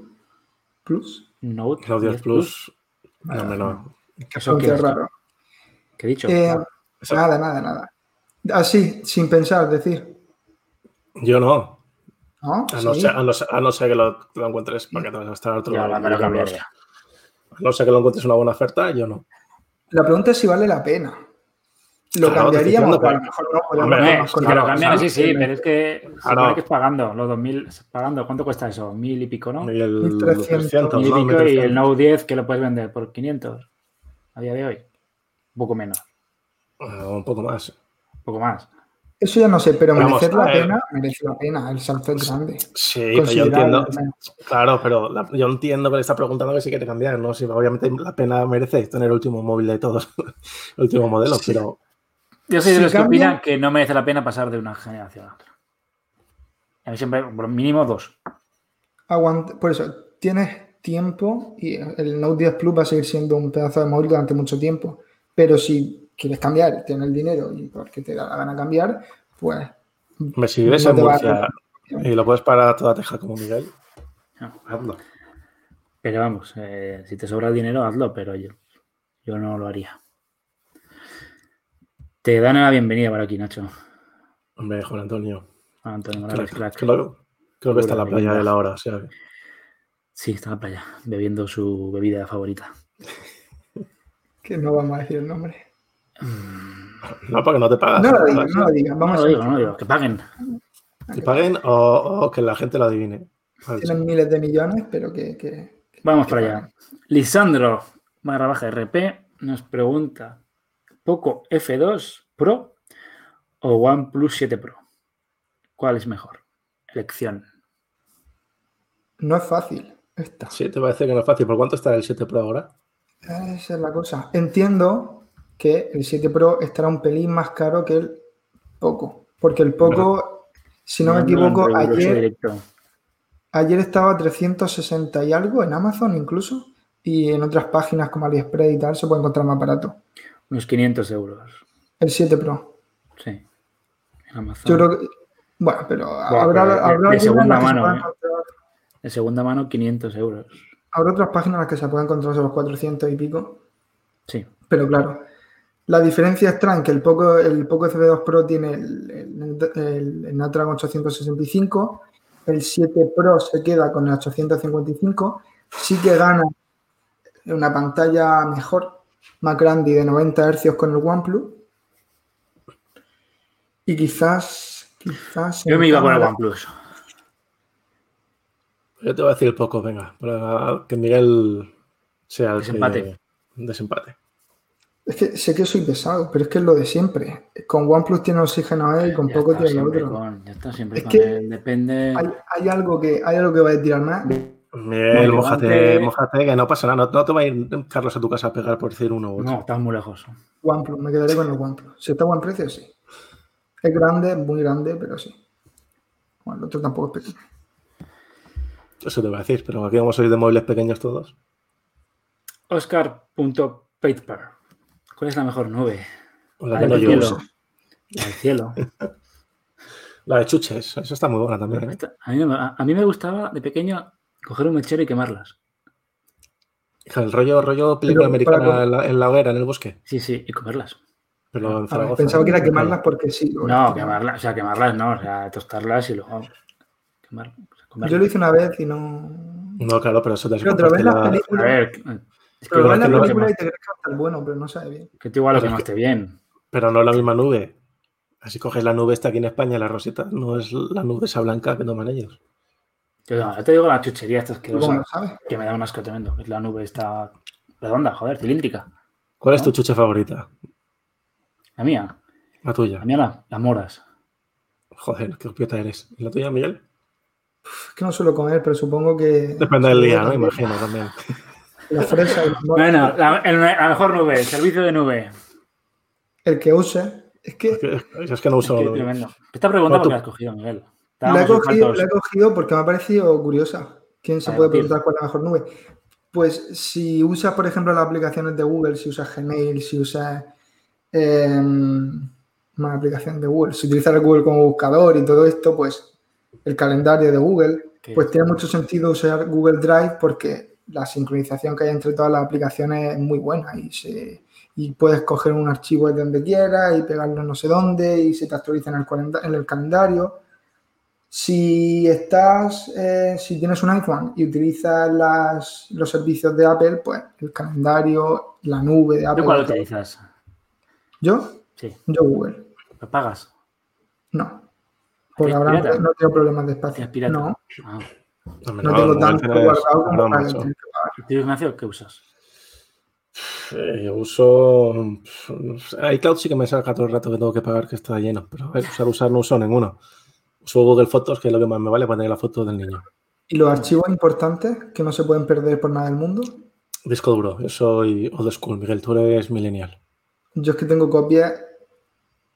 Speaker 4: Plus.
Speaker 2: Note
Speaker 3: Los 10 Plus. No, hombre, no.
Speaker 2: ¿Eso qué
Speaker 4: Qué
Speaker 2: es?
Speaker 4: raro.
Speaker 2: ¿Qué he dicho?
Speaker 4: Eh,
Speaker 3: Eso-
Speaker 4: nada, nada, nada. Así, sin pensar, decir.
Speaker 3: Yo no.
Speaker 4: ¿No?
Speaker 3: A Ah, no,
Speaker 4: Sí.
Speaker 3: ser, a, no ser, a no ser que lo, te lo encuentres para que te vas a estar otro
Speaker 2: Ya,
Speaker 3: lado.
Speaker 2: me lo cambiaría.
Speaker 3: A no ser que lo encuentres una buena oferta, yo no.
Speaker 4: La pregunta es si vale la pena. Lo
Speaker 3: Claro,
Speaker 4: cambiaríamos,
Speaker 3: te estoy diciendo,
Speaker 4: pero a lo
Speaker 3: pero-
Speaker 4: mejor no
Speaker 3: Hombre,
Speaker 4: podemos
Speaker 2: Eh,
Speaker 4: más
Speaker 2: si te
Speaker 4: con
Speaker 2: lo
Speaker 3: claro,
Speaker 2: cambian,
Speaker 3: o
Speaker 2: sí,
Speaker 3: sea,
Speaker 2: sí, pero es que se
Speaker 3: Claro.
Speaker 2: supone que es pagando los 2000, pagando, ¿cuánto cuesta eso? ¿Mil y pico, no?
Speaker 3: Y el
Speaker 4: 1300,
Speaker 3: 1300,
Speaker 2: Mil y
Speaker 3: ¿no?
Speaker 2: pico y
Speaker 3: 1300.
Speaker 2: el Note 10 que lo puedes vender por 500 a día de hoy. Un poco menos,
Speaker 3: Ah, un poco más.
Speaker 2: un poco más.
Speaker 4: Eso ya no sé, pero
Speaker 3: Vamos,
Speaker 4: merecer
Speaker 3: a
Speaker 4: la
Speaker 3: ver. Pues,
Speaker 4: pena, merece la pena. El salto es grande.
Speaker 3: Sí, pero yo
Speaker 4: Considerable,
Speaker 3: entiendo.
Speaker 4: al menos.
Speaker 3: Claro, pero la- yo entiendo que le está preguntando que sí que te cambiar, ¿no? Si obviamente la pena merece tener el último móvil de todos, el último modelo, pero
Speaker 2: Yo soy de
Speaker 4: Si
Speaker 2: los
Speaker 4: cambia-
Speaker 2: que opinan que no merece la pena pasar de una generación a otra. A mí siempre, por lo mínimo dos.
Speaker 4: Aguanta- por eso, tienes tiempo y el Note 10 Plus va a seguir siendo un pedazo de móvil durante mucho tiempo. Pero si quieres cambiar, tienes el dinero y porque te da la gana cambiar, pues
Speaker 3: me si vives
Speaker 4: No
Speaker 3: en
Speaker 4: te va a
Speaker 3: Murcia y lo puedes parar a toda teja como Miguel.
Speaker 2: No.
Speaker 3: hazlo.
Speaker 2: Pero vamos, eh, si te sobra el dinero, hazlo, pero yo, yo no lo haría. Te dan la bienvenida por aquí, Nacho.
Speaker 3: Hombre, Juan Antonio.
Speaker 2: Ah, Antonio Morales,
Speaker 3: Crack,
Speaker 2: crack.
Speaker 3: Creo, creo que está en la
Speaker 2: Pura
Speaker 3: playa de
Speaker 2: leyenda.
Speaker 3: la hora, o sea que-
Speaker 2: Sí, está en la playa, bebiendo su bebida favorita.
Speaker 4: que no vamos a decir el nombre.
Speaker 3: No, porque no te pagas.
Speaker 4: No lo digas,
Speaker 3: ¿sabes?
Speaker 4: no lo digas.
Speaker 2: Ah, No
Speaker 4: Vamos
Speaker 2: lo
Speaker 4: a
Speaker 2: digo, no lo digo, que paguen.
Speaker 3: Que paguen o, o que la gente lo adivine. Vale,
Speaker 4: Tienen miles de millones, pero que, que-
Speaker 2: Vamos para allá. Lisandro, barra baja RP, nos pregunta, ¿Poco F2 Pro o OnePlus 7 Pro? ¿Cuál es mejor? Elección.
Speaker 4: no es fácil. Esta.
Speaker 3: Sí, te parece que no es fácil. ¿Por cuánto está el 7 Pro ahora?
Speaker 4: Esa es la cosa. Entiendo que el 7 Pro estará un pelín más caro que el Poco. Porque el Poco, si no me
Speaker 2: lo han
Speaker 4: equivoco,
Speaker 2: revolucionado
Speaker 4: ayer
Speaker 2: directo.
Speaker 4: Ayer estaba 360 y algo en Amazon incluso y en otras páginas como AliExpress y tal se puede encontrar más barato.
Speaker 2: Unos 500 euros.
Speaker 4: El 7 Pro.
Speaker 2: Sí. En Amazon.
Speaker 4: Yo creo que... Bueno, pero
Speaker 2: pero
Speaker 4: habrá,
Speaker 2: Ah. pues, de-
Speaker 4: habrá
Speaker 2: de
Speaker 4: algunas en
Speaker 2: segunda
Speaker 4: las que se
Speaker 2: mano,
Speaker 4: puedan
Speaker 2: ¿eh?
Speaker 4: encontrar-
Speaker 2: De segunda mano, 500 euros.
Speaker 4: habrá otras páginas en las que se pueden encontrar sobre los 400 y pico.
Speaker 2: Sí.
Speaker 4: Pero claro, la diferencia está en que el Poco, el Poco FB2 Pro tiene el, el, el- el Snapdragon 865, el 7 Pro se queda con el 855, sí que gana una pantalla mejor, más grande y de 90 Hz con el OnePlus. Y quizás, quizás...
Speaker 2: Yo
Speaker 4: en
Speaker 2: me iba con el
Speaker 4: cámara-
Speaker 2: OnePlus.
Speaker 3: Yo te voy a decir poco, venga, para que Miguel sea el
Speaker 2: Desempate.
Speaker 3: Que... Desempate.
Speaker 4: Es que sé que soy pesado, pero es que es lo de siempre. Con OnePlus tiene oxígeno A y con
Speaker 2: Ya
Speaker 4: Poco
Speaker 2: está
Speaker 4: tiene lo
Speaker 2: siempre
Speaker 4: otro.
Speaker 2: con- ya está siempre
Speaker 4: Es
Speaker 2: con
Speaker 4: que
Speaker 2: él. Depende.
Speaker 4: Hay, hay algo que, hay algo que va a tirar más.
Speaker 3: Miguel,
Speaker 2: Muy
Speaker 3: mojate,
Speaker 2: elegante.
Speaker 3: mojate, que no pasa nada. No, no te va a ir Carlos a tu casa a pegar por decir uno u otro.
Speaker 2: No, estás muy lejos.
Speaker 4: OnePlus, me quedaré con el OnePlus. Si está a buen precio, sí. Es grande, muy grande, pero sí. Bueno, el otro tampoco es pequeño.
Speaker 3: Eso te voy a decir, pero aquí vamos a ir de móviles pequeños todos.
Speaker 2: Oscar.paper. ¿Cuál es la mejor nube?
Speaker 3: O La
Speaker 2: Ay,
Speaker 3: que no
Speaker 2: qué
Speaker 3: yo
Speaker 2: cielo.
Speaker 3: uso.
Speaker 2: La del cielo.
Speaker 3: La de chuches, esa está muy buena también. ¿eh?
Speaker 2: Esta- A mí, me- a- a mí me gustaba de pequeño coger un mechero y quemarlas.
Speaker 3: Hija, El rollo, rollo película
Speaker 4: Pero para
Speaker 3: americana en la, en la hoguera, en el bosque.
Speaker 2: Sí, sí, y comerlas.
Speaker 3: Pero en
Speaker 4: Ah,
Speaker 3: Zaragoza.
Speaker 4: pensaba que era
Speaker 3: ¿no?
Speaker 4: quemarlas porque sí. o
Speaker 2: No,
Speaker 4: las tiraba.
Speaker 2: quemarlas, o sea, quemarlas no, o sea, tostarlas y luego quemar, o sea, comerlas.
Speaker 4: Yo lo hice una vez y no.
Speaker 3: No, claro, pero eso te
Speaker 4: Pero te lo ves en las
Speaker 3: la-
Speaker 2: A
Speaker 4: películas.
Speaker 2: ver, es que
Speaker 4: pero lo ves
Speaker 2: igual te
Speaker 4: en las
Speaker 2: lo
Speaker 4: películas
Speaker 2: quemas-
Speaker 4: y te crees que va a estar bueno, pero no sabe bien.
Speaker 2: que tú igual lo
Speaker 3: Pero es
Speaker 2: quemaste bien.
Speaker 3: Pero no la misma nube. Así coges la nube esta aquí en España, la rosita, no es la nube esa blanca que toman ellos.
Speaker 2: Yo, no, yo te digo la chuchería estas que,
Speaker 4: ¿Tú ¿Cómo lo sabes?
Speaker 2: que me da un asco tremendo. Es la nube esta redonda, joder, cilíndrica.
Speaker 3: ¿Cuál es
Speaker 2: ¿No?
Speaker 3: tu chuche favorita?
Speaker 2: La mía,
Speaker 3: La tuya.
Speaker 2: la mía la- las moras.
Speaker 3: Joder, qué piota eres. ¿Y ¿La tuya, Miguel?
Speaker 4: Es que no suelo comer, pero supongo que.
Speaker 3: Depende del día, ¿no?
Speaker 4: supongo que
Speaker 3: Imagino también.
Speaker 4: La fresa, y las moras,
Speaker 2: Bueno, la, el- la mejor nube, el servicio de nube.
Speaker 4: el que use. Es que
Speaker 3: Es que, es que no
Speaker 2: Es que
Speaker 3: uso.
Speaker 2: es tremendo. Esta pregunta por
Speaker 3: No, tú-
Speaker 2: qué la has cogido, Miguel.
Speaker 4: la he,
Speaker 2: Estábamos en
Speaker 4: cogido,
Speaker 2: faltos.
Speaker 4: la he cogido porque me ha parecido curiosa. ¿Quién se
Speaker 2: Para
Speaker 4: puede
Speaker 2: debatir.
Speaker 4: preguntar cuál es la mejor nube? Pues si usas, por ejemplo, las aplicaciones de Google, si usas Gmail, si usas eh, más aplicaciones de Google, si utilizas el Google como buscador y todo esto, pues el calendario de Google,
Speaker 2: Que-
Speaker 4: pues tiene mucho sentido usar Google Drive porque la sincronización que hay entre todas las aplicaciones es muy buena y, se, y puedes coger un archivo de donde quieras y pegarlo no sé dónde y se te actualiza en el, cuarenta- en el calendario. Si estás, eh, si tienes un iPhone y utilizas las- los servicios de Apple, pues el calendario, la nube de Apple.
Speaker 2: ¿Tú cuál utilizas?
Speaker 4: ¿Yo?
Speaker 2: Sí,
Speaker 4: Yo Google.
Speaker 2: lo pagas.
Speaker 4: No. Por
Speaker 2: ¿Eres
Speaker 4: ahora
Speaker 2: pirata?
Speaker 4: no tengo problemas de espacio.
Speaker 2: ¿Tienes pirata?
Speaker 4: No,
Speaker 2: Ah.
Speaker 3: Hombre,
Speaker 4: no,
Speaker 3: no,
Speaker 4: tengo
Speaker 3: no
Speaker 4: tanto
Speaker 3: tienes-
Speaker 4: guardado
Speaker 3: no,
Speaker 4: como para
Speaker 3: macho.
Speaker 4: tener que pagar.
Speaker 2: ¿Y ¿Tú, Ignacio, qué usas?
Speaker 3: Eh, uso. pf, iCloud sí que me saca todo el rato que tengo que pagar, que está lleno. Pero a ver, usar, usar no uso ninguno. Uso Google Fotos, que es lo que más me vale para tener la foto del niño.
Speaker 4: ¿Y los archivos importantes que no se pueden perder por nada del mundo?
Speaker 3: Disco duro, yo soy old school, Miguel, tú eres millennial.
Speaker 4: Yo es que tengo copias,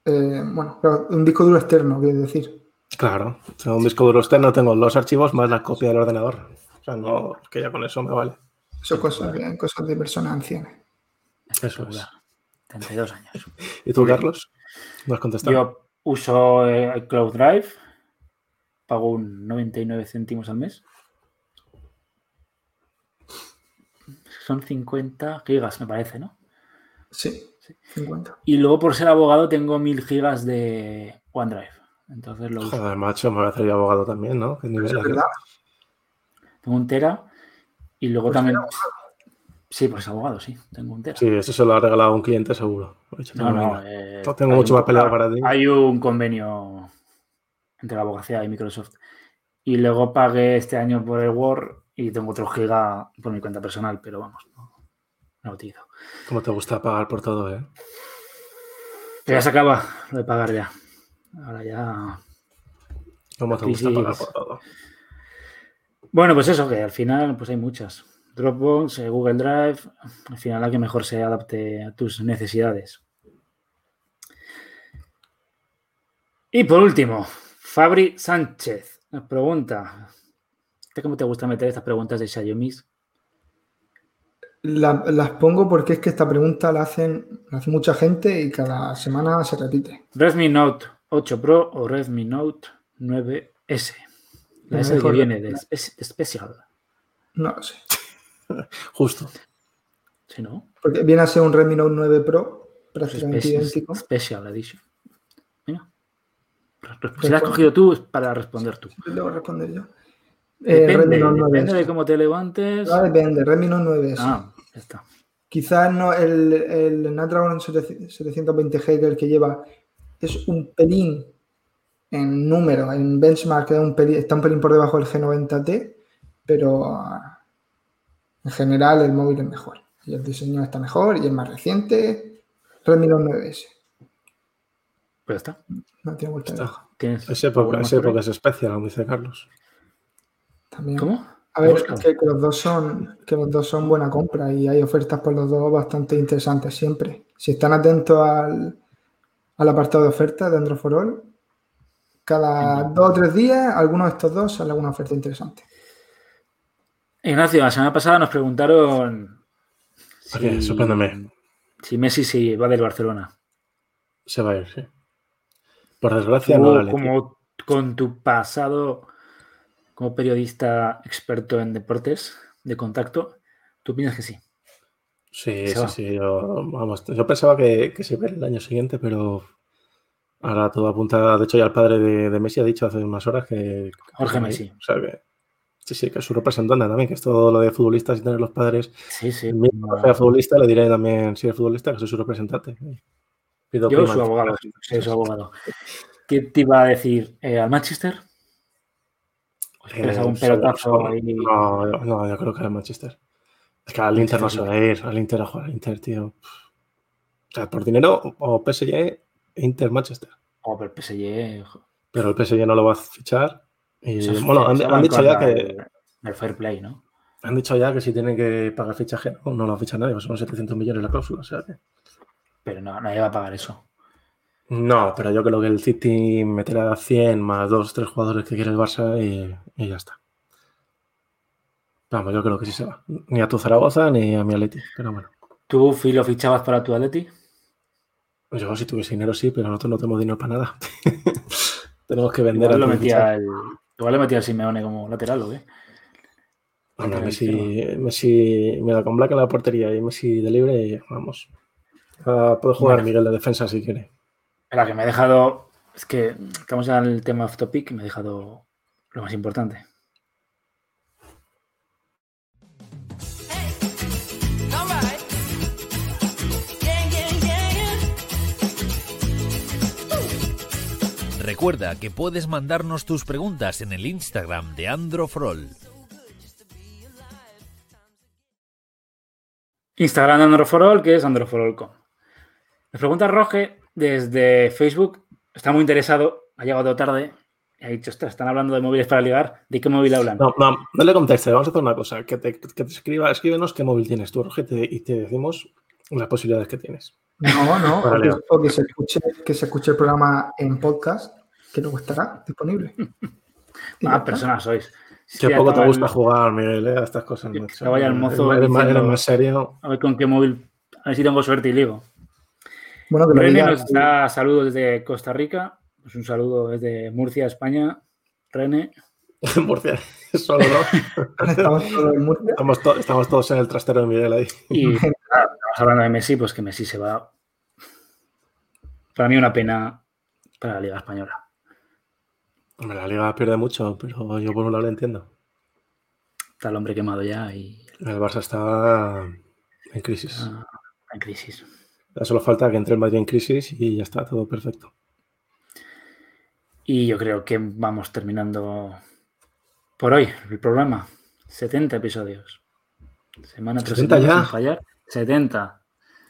Speaker 4: eh, bueno, claro, un disco duro externo, quiero decir.
Speaker 3: Claro, tengo un disco duro externo, tengo los archivos más la copia del ordenador. O sea, no, que ya con eso me vale.
Speaker 4: Son cosas, de- cosas de personas ancianas.
Speaker 3: Eso es.
Speaker 2: 32 años.
Speaker 3: ¿Y tú,
Speaker 2: Ok.
Speaker 3: Carlos? No has contestado.
Speaker 2: Yo uso eh, Cloud Drive, pago un 99 céntimos al mes. Son 50 gigas, me parece, ¿no?
Speaker 4: Sí, 50.
Speaker 2: Y luego por ser abogado tengo 1000 gigas de OneDrive. Entonces lo uso.
Speaker 3: Joder, macho, me voy a hacer yo abogado también, ¿no? Qué nivel
Speaker 4: Es
Speaker 3: aquel.
Speaker 4: verdad.
Speaker 2: Tengo un tera y luego
Speaker 4: Por ser
Speaker 2: también... Sí, pues abogado, sí. Tengo un tera.
Speaker 3: Sí, eso se lo ha regalado un cliente seguro. Ha dicho,
Speaker 2: No,
Speaker 3: "Toma,
Speaker 2: no.
Speaker 3: venga".
Speaker 2: eh,
Speaker 3: No tengo
Speaker 2: hay
Speaker 3: mucho
Speaker 2: un-
Speaker 3: más pelado para ti.
Speaker 2: Hay un convenio entre la abogacía y Microsoft. Y luego pagué este año por el Word y tengo otro giga por mi cuenta personal, pero vamos, no, no lo utilizo.
Speaker 3: Cómo te gusta pagar por todo, ¿eh?
Speaker 2: Que ya se acaba lo de pagar ya. Ahora ya.
Speaker 3: Cómo te
Speaker 2: Aquí
Speaker 3: gusta
Speaker 2: sí
Speaker 3: pagar
Speaker 2: es.
Speaker 3: por todo.
Speaker 2: Bueno, pues eso, que al final pues hay muchas. Dropbox, eh, Google Drive, al final la que mejor se adapte a tus necesidades. Y por último, Fabri Sánchez nos pregunta, ¿te cómo te gusta meter estas preguntas de Xiaomi?
Speaker 4: La- las pongo porque es que esta pregunta la hacen la hace mucha gente y cada semana se repite.
Speaker 2: Redmi Note 8 Pro o Redmi Note 9S. La
Speaker 4: Me
Speaker 2: S que
Speaker 4: dejo
Speaker 2: viene de espe- Special,
Speaker 4: No lo sé.
Speaker 3: Justo.
Speaker 2: ¿sí no?
Speaker 4: Porque viene a ser un Redmi Note 9 Pro, prácticamente
Speaker 2: Pues
Speaker 4: idéntico.
Speaker 2: Special, special Edition. Venga. Si la has cogido tú, es para responder tú.
Speaker 4: Luego responder yo. Eh,
Speaker 2: Depende,
Speaker 4: Redmi Note 9S.
Speaker 2: depende de cómo te levantes.
Speaker 4: No, depende, Redmi Note 9S.
Speaker 2: Ah, ya está.
Speaker 4: Quizás no, el, el Snapdragon 700- 720G, que es el que lleva, es un pelín en número, en benchmark, es un pelín- está un pelín por debajo del G90T, pero ah, en general el móvil es mejor. Y el diseño está mejor y es más reciente. Redmi Note 9S.
Speaker 2: Pues ya está.
Speaker 4: No tiene vuelta de
Speaker 3: Está.
Speaker 4: hoja.
Speaker 2: ¿Tienes
Speaker 3: Ese porque,
Speaker 2: alguna más
Speaker 3: ese
Speaker 2: por ahí?
Speaker 3: porque es especial, como dice Carlos.
Speaker 4: También.
Speaker 2: ¿Cómo?
Speaker 4: A ver,
Speaker 2: Búscalo.
Speaker 4: que, que los dos son, que los dos son buena compra y hay ofertas por los dos bastante interesantes siempre. Si están atentos al, al apartado de ofertas de Android for All, cada
Speaker 2: Ujú.
Speaker 4: dos o tres días, alguno de estos dos sale alguna oferta interesante.
Speaker 2: Ignacio, la semana pasada nos preguntaron.
Speaker 3: Ok, sorpréndeme.
Speaker 2: Si Messi se va del Barcelona.
Speaker 3: Se va a ir, sí. Por desgracia, no
Speaker 2: Tú,
Speaker 3: la Leti.
Speaker 2: como con tu pasado como periodista experto en deportes de contacto, ¿Tú opinas que sí? Se
Speaker 3: Sí, sí,
Speaker 2: va.
Speaker 3: sí. Yo, vamos, yo pensaba que, que se vería el año siguiente, pero ahora todo apunta. De hecho, ya el padre de, de Messi ha dicho hace unas horas que.
Speaker 2: Jorge Messi.
Speaker 3: O sea que. Sí, sí, que es su representante también, que es todo lo de futbolistas y tener los padres.
Speaker 2: Sí, sí.
Speaker 3: Si sea futbolista, le diré también, si es futbolista, que soy su representante. Pido
Speaker 2: Yo
Speaker 3: prima.
Speaker 2: soy abogado, soy su abogado. ¿Qué te iba a decir? Eh, ¿Al Manchester? ¿O esperas
Speaker 3: Eh,
Speaker 2: algún
Speaker 3: sí,
Speaker 2: pelotazo
Speaker 3: sí.
Speaker 2: ahí?
Speaker 3: No, yo- no, yo creo que era Manchester. Es que al Inter no se va a ir, al Inter a jugar al Inter, tío. O sea, por dinero o PSG, Inter, Manchester.
Speaker 2: Oh, pero el PSG. jo-
Speaker 3: Pero el PSG no lo va a fichar. Y,
Speaker 2: se-
Speaker 3: bueno,
Speaker 2: se
Speaker 3: han,
Speaker 2: van
Speaker 3: han dicho
Speaker 2: contra
Speaker 3: ya que,
Speaker 2: el- El fair play, ¿no?
Speaker 3: han dicho ya que si tienen que pagar fichaje, no, no lo ficha nadie, pues son 700 millones la cláusula. o sea que-
Speaker 2: Pero no, nadie va a pagar eso.
Speaker 3: No, pero yo creo que el City meterá 100 más 2, 3 jugadores que quiere el Barça y, y ya está. Vamos, yo creo que sí se va. Ni a tu Zaragoza ni a mi Atleti, pero bueno.
Speaker 2: ¿Tú, Phil, lo fichabas para tu Atleti?
Speaker 3: Pues Yo si tuviese dinero sí, pero nosotros no tenemos dinero para nada. tenemos que vender
Speaker 2: Igual lo,
Speaker 3: antes de fichar.
Speaker 2: metía el, igual lo metía el Simeone como lateral, ¿o qué?
Speaker 3: Hombre,
Speaker 2: Lateral
Speaker 3: Messi, Messi me da con Black en la portería y Messi de libre, vamos. Ah, puede jugar
Speaker 2: Bueno.
Speaker 3: Miguel de defensa si quiere.
Speaker 2: Espera, que me he dejado. Es que estamos ya en el tema off topic y me he dejado lo más importante.
Speaker 5: Alright. Yeah, yeah, yeah, yeah.
Speaker 1: Recuerda que puedes mandarnos tus preguntas en el Instagram de Androfrol.
Speaker 2: Instagram de Androforol, que es androforol.com. Nos pregunta Roge desde Facebook. Está muy interesado, ha llegado tarde. y Ha dicho, ostras, están hablando de móviles para ligar. ¿De qué móvil hablan?
Speaker 3: No, no, no le conteste, vamos a hacer una cosa. Que te, que te escriba, escríbenos qué móvil tienes tú, Roger, y te- y te decimos las posibilidades que tienes.
Speaker 4: No, no. o
Speaker 3: Vale.
Speaker 4: que, o que se escuche, que se escuche el programa en podcast, que luego estará disponible. Y ya
Speaker 2: Más
Speaker 4: está.
Speaker 2: Ah, personas sois. Sí,
Speaker 3: Que poco te
Speaker 2: acaba el-
Speaker 3: gusta jugar, Miguel, eh, a estas cosas.
Speaker 2: Que
Speaker 3: macho.
Speaker 2: te vaya el
Speaker 3: Eres
Speaker 2: mozo
Speaker 3: más- eres más,
Speaker 2: diciendo-
Speaker 3: eres más serio.
Speaker 2: A ver con qué móvil. A ver si tengo suerte y ligo.
Speaker 4: Bueno, que lo
Speaker 2: Rene
Speaker 4: diga.
Speaker 2: nos da saludos desde Costa Rica. Pues un saludo desde Murcia, España. Rene.
Speaker 3: Murcia, solo, ¿no?
Speaker 4: Estamos todos en Murcia.
Speaker 3: Estamos, to- estamos todos en el trastero de Miguel ahí.
Speaker 2: Y claro, estamos hablando de Messi, pues que Messi se va. Para mí una pena para la Liga Española.
Speaker 3: Hombre, la liga pierde mucho, pero yo por un lado lo entiendo.
Speaker 2: Está el hombre quemado ya y
Speaker 3: El Barça está en crisis.
Speaker 2: está en crisis.
Speaker 3: Ya solo falta que entre el Madrid en crisis y ya está todo perfecto.
Speaker 2: Y yo creo que vamos terminando por hoy el programa. 70 episodios. Semana tras
Speaker 3: 70
Speaker 2: semana
Speaker 3: ya.
Speaker 2: sin fallar. 70.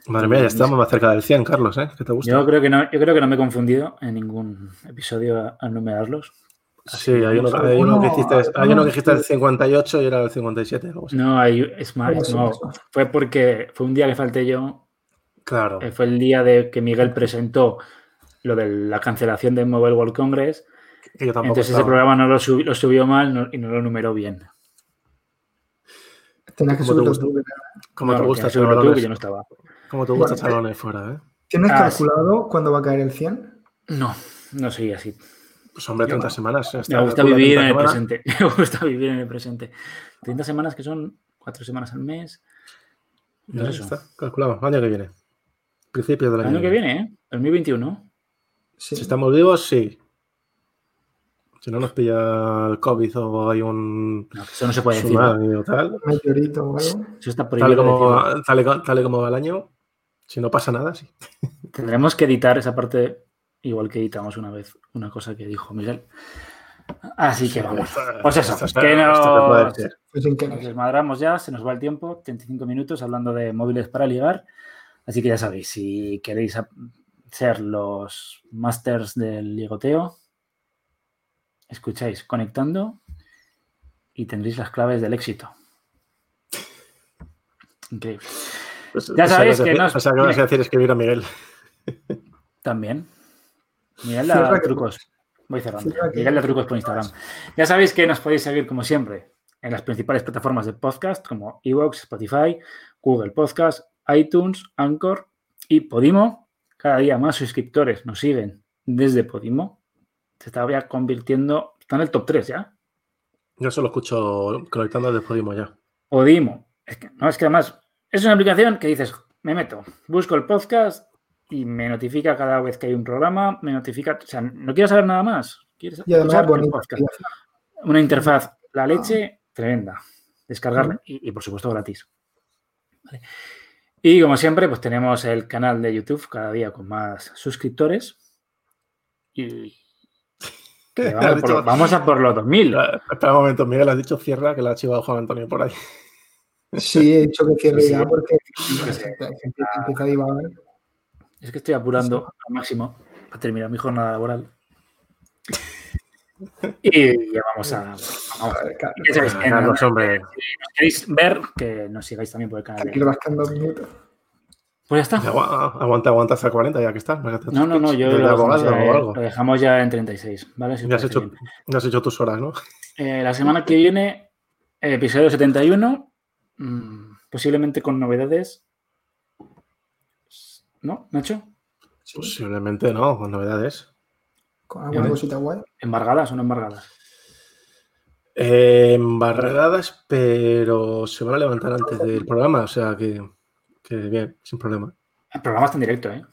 Speaker 3: Madre mía, ya estamos más cerca del 100, Carlos, ¿eh? ¿Qué te gusta?
Speaker 2: Yo creo que no, yo creo que no me he confundido en ningún episodio a- al numerarlos.
Speaker 3: Sí, hay uno,
Speaker 4: Alguno-
Speaker 3: hay uno que hiciste, hay uno que
Speaker 4: alguno-
Speaker 3: dijiste el 58 y era el 57. algo así.
Speaker 2: No, hay, es más,
Speaker 4: Algo así,
Speaker 2: no.
Speaker 4: más o menos.
Speaker 2: Fue porque fue un día que falté yo
Speaker 3: Claro.
Speaker 2: Eh, fue el día de que Miguel presentó lo de la cancelación del Mobile World Congress.
Speaker 3: que yo tampoco
Speaker 2: Entonces ese
Speaker 3: estaba.
Speaker 2: programa no lo, sub- lo subió mal no- y no lo numeró bien.
Speaker 4: Tienes que
Speaker 3: ¿Cómo te
Speaker 4: subirlo
Speaker 3: gusta?
Speaker 4: tú.
Speaker 3: ¿Cómo
Speaker 2: No,
Speaker 3: te
Speaker 2: lo
Speaker 3: gusta
Speaker 2: tienes que verlo tú, que
Speaker 3: chalones?
Speaker 2: yo no estaba.
Speaker 3: ¿Cómo te gusta
Speaker 4: Bueno,
Speaker 3: chalones fuera, eh?
Speaker 4: ¿Tienes
Speaker 2: Ah, sí.
Speaker 4: calculado cuándo va a caer el 100?
Speaker 2: No, no soy así.
Speaker 3: Pues hombre,
Speaker 2: Yo
Speaker 3: 30
Speaker 2: no.
Speaker 3: semanas.
Speaker 2: Me
Speaker 3: hasta
Speaker 2: gusta
Speaker 3: la
Speaker 2: vivir en el
Speaker 3: semana.
Speaker 2: presente. Me gusta vivir en el presente. 30 semanas que son cuatro semanas al mes.
Speaker 3: Ya
Speaker 2: Pues eso.
Speaker 3: está, calculado. Año que viene. Principios del
Speaker 2: El
Speaker 3: año,
Speaker 2: año que viene, ¿eh? 2021.
Speaker 4: Sí.
Speaker 3: Si estamos vivos, sí. Si no nos pilla el COVID o hay un
Speaker 2: No, que eso no se puede decir.
Speaker 3: tsunami o tal,
Speaker 4: Un meteorito o algo.
Speaker 2: Eso está
Speaker 3: tal y
Speaker 2: prohibido.
Speaker 3: como,
Speaker 2: decirlo.
Speaker 3: va- tal, y co- tal y como va el año, si no pasa nada, sí.
Speaker 2: Tendremos que editar esa parte igual que editamos una vez una cosa que dijo Miguel. Así que vamos. Pues eso,
Speaker 3: Esto está-
Speaker 2: que no-
Speaker 3: esto no puede ser.
Speaker 4: Fue sin
Speaker 2: Nos
Speaker 4: querer.
Speaker 2: desmadramos ya, se nos va el tiempo, 35 minutos hablando de móviles para ligar. Así que ya sabéis, si queréis ap- ser los masters del ligoteo, escucháis conectando y tendréis las claves del éxito. Increíble.
Speaker 3: Pues-
Speaker 2: Ya sabéis
Speaker 3: pues sabes
Speaker 2: que
Speaker 3: decir-
Speaker 2: nos-
Speaker 3: o sea, que vas a
Speaker 2: mira.
Speaker 3: decir escribir a Miguel.
Speaker 2: También. Miguel
Speaker 4: Cierra
Speaker 2: da
Speaker 4: que-
Speaker 2: trucos. Voy cerrando.
Speaker 4: Cierra que-
Speaker 2: Miguel da trucos por Instagram. Ya sabéis que nos podéis seguir, como siempre, en las principales plataformas de podcast como Evox, Spotify, Google Podcast, iTunes, Anchor y Podimo. Cada día más suscriptores nos siguen desde Podimo. Se está ya convirtiendo. Está en el top 3 ya.
Speaker 3: Yo solo escucho conectando desde Podimo ya.
Speaker 2: Podimo, Es que, no, es que además es una aplicación que dices, me meto, busco el podcast y me notifica cada vez que hay un programa, me notifica, o sea, no quiero saber nada más. Quieres
Speaker 4: Y además
Speaker 2: usar
Speaker 4: es
Speaker 2: el
Speaker 4: bonito. Ah.
Speaker 2: podcast. Una interfaz, la leche, tremenda. Descargarla y, y, por supuesto gratis. Vale. Y como siempre, pues tenemos el canal de YouTube cada día con más suscriptores. Y que
Speaker 3: Has
Speaker 2: vamos, por-
Speaker 3: dicho-
Speaker 2: vamos a por los 2000.
Speaker 3: Espera espera un momento, Miguel, has dicho cierra que la ha chivado Juan Antonio por ahí.
Speaker 4: Sí, he dicho que cierre
Speaker 2: Sí, sí.
Speaker 4: ya porque
Speaker 2: que sí.
Speaker 4: la gente empieza a divagar.
Speaker 2: Es que estoy apurando al máximo para terminar mi jornada laboral. Y ya vamos a. Vamos.
Speaker 4: Claro,
Speaker 2: Ya sabéis que nos-
Speaker 6: Carlos, hombre.
Speaker 2: nos queréis ver, que nos sigáis también por el canal. de-
Speaker 4: Tranquilo, vas quedando minutos.
Speaker 2: Pues ya está.
Speaker 3: Agua- Aguanta, aguanta hasta 40 ya que estás. Mágate
Speaker 2: No, no, no, yo
Speaker 3: de
Speaker 2: lo dejamos,
Speaker 3: abogado
Speaker 2: ya,
Speaker 3: o algo.
Speaker 2: lo dejamos ya en 36. ¿vale? Si os
Speaker 3: Ya has,
Speaker 2: parece
Speaker 3: hecho,
Speaker 2: bien.
Speaker 3: ya has hecho tus horas, ¿no?
Speaker 2: Eh, la semana que viene, eh, episodio 71, mm, posiblemente con novedades. ¿No, Nacho?
Speaker 3: Posiblemente no, con novedades.
Speaker 4: Con alguna
Speaker 2: ¿Vale?
Speaker 4: cosita guay.
Speaker 2: Eh, ¿Embargadas o no embargadas?
Speaker 3: Eh, embarredadas, pero se van a levantar antes del programa, o sea que, que bien, sin problema.
Speaker 2: El programa está en directo, ¿eh?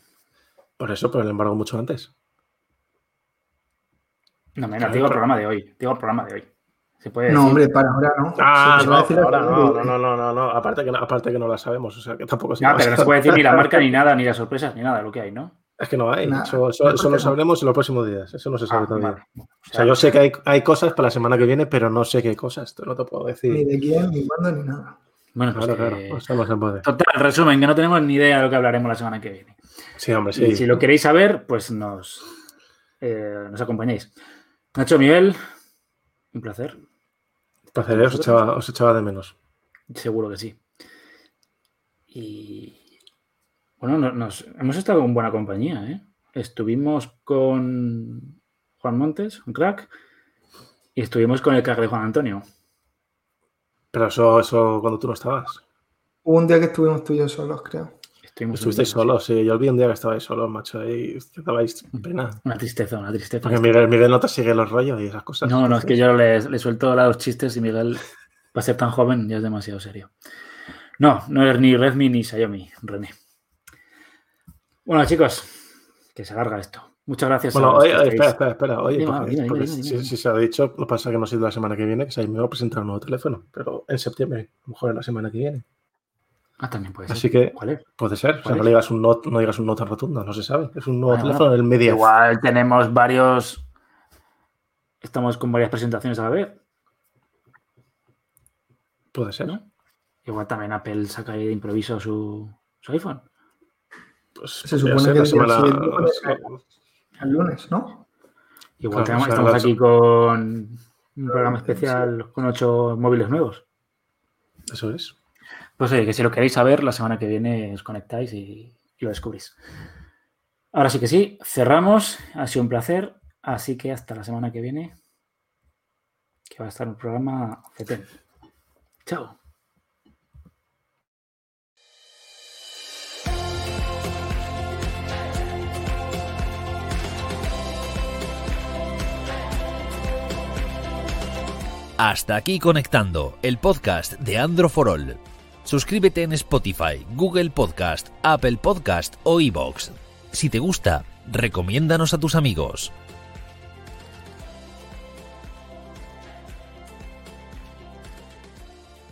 Speaker 3: Por eso, pero el embargo mucho antes.
Speaker 2: No, me no,
Speaker 3: Claro,
Speaker 2: digo el
Speaker 3: pero-
Speaker 2: programa de hoy. Digo el programa de hoy. Se puede
Speaker 4: No,
Speaker 2: decir.
Speaker 4: hombre, para ahora no.
Speaker 3: Ah,
Speaker 4: Se- se va a decir
Speaker 3: no, ahora
Speaker 4: al
Speaker 3: no, no,
Speaker 4: final.
Speaker 3: no, no, no, no. Aparte que, no- aparte que no la sabemos, o sea que tampoco se
Speaker 2: No,
Speaker 3: va a
Speaker 2: pero no se
Speaker 3: saber.
Speaker 2: puede decir ni la marca, ni nada, ni las sorpresas, ni nada de lo que hay, ¿no?
Speaker 3: Es que no hay,
Speaker 4: Nada,
Speaker 3: eso, eso-
Speaker 4: no,
Speaker 3: eso
Speaker 4: porque
Speaker 3: lo
Speaker 4: no.
Speaker 3: sabremos en los próximos días, eso no se Pues sabe
Speaker 2: Ah,
Speaker 3: todavía.
Speaker 2: vale.
Speaker 3: O sea, yo sé que hay, hay cosas para la semana que viene, pero no sé qué cosas, no te puedo
Speaker 4: Ni
Speaker 3: decir.
Speaker 4: de quién, ni cuándo, ni nada.
Speaker 2: Bueno, pues
Speaker 3: Claro, claro,
Speaker 2: que-
Speaker 3: eso no se puede.
Speaker 2: Total, resumen, que no tenemos ni idea de lo que hablaremos la semana que viene.
Speaker 3: Sí, hombre,
Speaker 2: Y
Speaker 3: sí.
Speaker 2: si lo queréis saber, pues nos, eh, nos acompañáis. Nacho, Miguel, un placer.
Speaker 3: Placer, eh, os echaba, os echaba de menos.
Speaker 2: Seguro que sí. Y bueno, no- nos, hemos estado en buena compañía, ¿eh? Estuvimos con Juan Montes, un crack, y estuvimos con el crack de Juan Antonio.
Speaker 3: Pero eso, eso cuando tú no estabas.
Speaker 4: Hubo un día que estuvimos tú y yo solos, creo.
Speaker 2: Estuvimos
Speaker 3: Estuvisteis solos, sí. Yo olvidé un día que estabais solos, macho, y que dabais pena.
Speaker 2: Una tristeza, una tristeza.
Speaker 3: Porque Miguel, Miguel no te sigue los rollos y esas cosas.
Speaker 2: No, no, es que yo le, le suelto ahora los chistes y Miguel, para ser tan joven, ya es demasiado serio. No, no es ni Redmi ni Xiaomi, René. Bueno, chicos, que se alarga esto. Muchas gracias. a
Speaker 3: Bueno,
Speaker 2: los
Speaker 3: oye,
Speaker 2: que
Speaker 3: oye, espera,
Speaker 2: estáis-
Speaker 3: espera, espera. Oye,
Speaker 2: Dime,
Speaker 3: porque,
Speaker 2: dime, dime,
Speaker 3: porque
Speaker 2: dime,
Speaker 3: si,
Speaker 2: dime.
Speaker 3: si se ha dicho, lo pasa que no ha sido la semana que viene, que se me va a presentar un nuevo teléfono, pero en septiembre, a lo mejor en la semana que viene.
Speaker 2: Ah, también puede ser.
Speaker 3: Así que
Speaker 2: ¿Cuál es?
Speaker 3: puede ser. O sea,
Speaker 2: ¿Cuál
Speaker 3: no
Speaker 2: es?
Speaker 3: le digas un no, no digas un no tan rotundo, no se sabe. Es un nuevo
Speaker 2: Bueno,
Speaker 3: teléfono del medio.
Speaker 2: Igual tenemos varios. Estamos con varias presentaciones a la vez,
Speaker 3: Puede ser.
Speaker 2: ¿no? Igual también Apple saca ahí de improviso su, su iPhone.
Speaker 3: Pues,
Speaker 4: Se
Speaker 3: podría
Speaker 4: supone
Speaker 3: ser
Speaker 4: que
Speaker 3: la
Speaker 4: el día
Speaker 3: semana.
Speaker 4: siguiente- El lunes, ¿no?
Speaker 2: Igual tenemos-
Speaker 3: Claro, o sea,
Speaker 2: estamos
Speaker 3: la-
Speaker 2: aquí con un programa especial con ocho móviles nuevos.
Speaker 3: Eso es.
Speaker 2: Pues oye, que si lo queréis saber, la semana que viene os conectáis y, y lo descubrís. Ahora sí que sí, cerramos. Ha sido un placer. Así que hasta la semana que viene, que va a estar un programa CT. Chao.
Speaker 1: Hasta aquí conectando el podcast de Andro for All. Suscríbete en Spotify, Google Podcast, Apple Podcast o iBox. Si te gusta, recomiéndanos a tus amigos.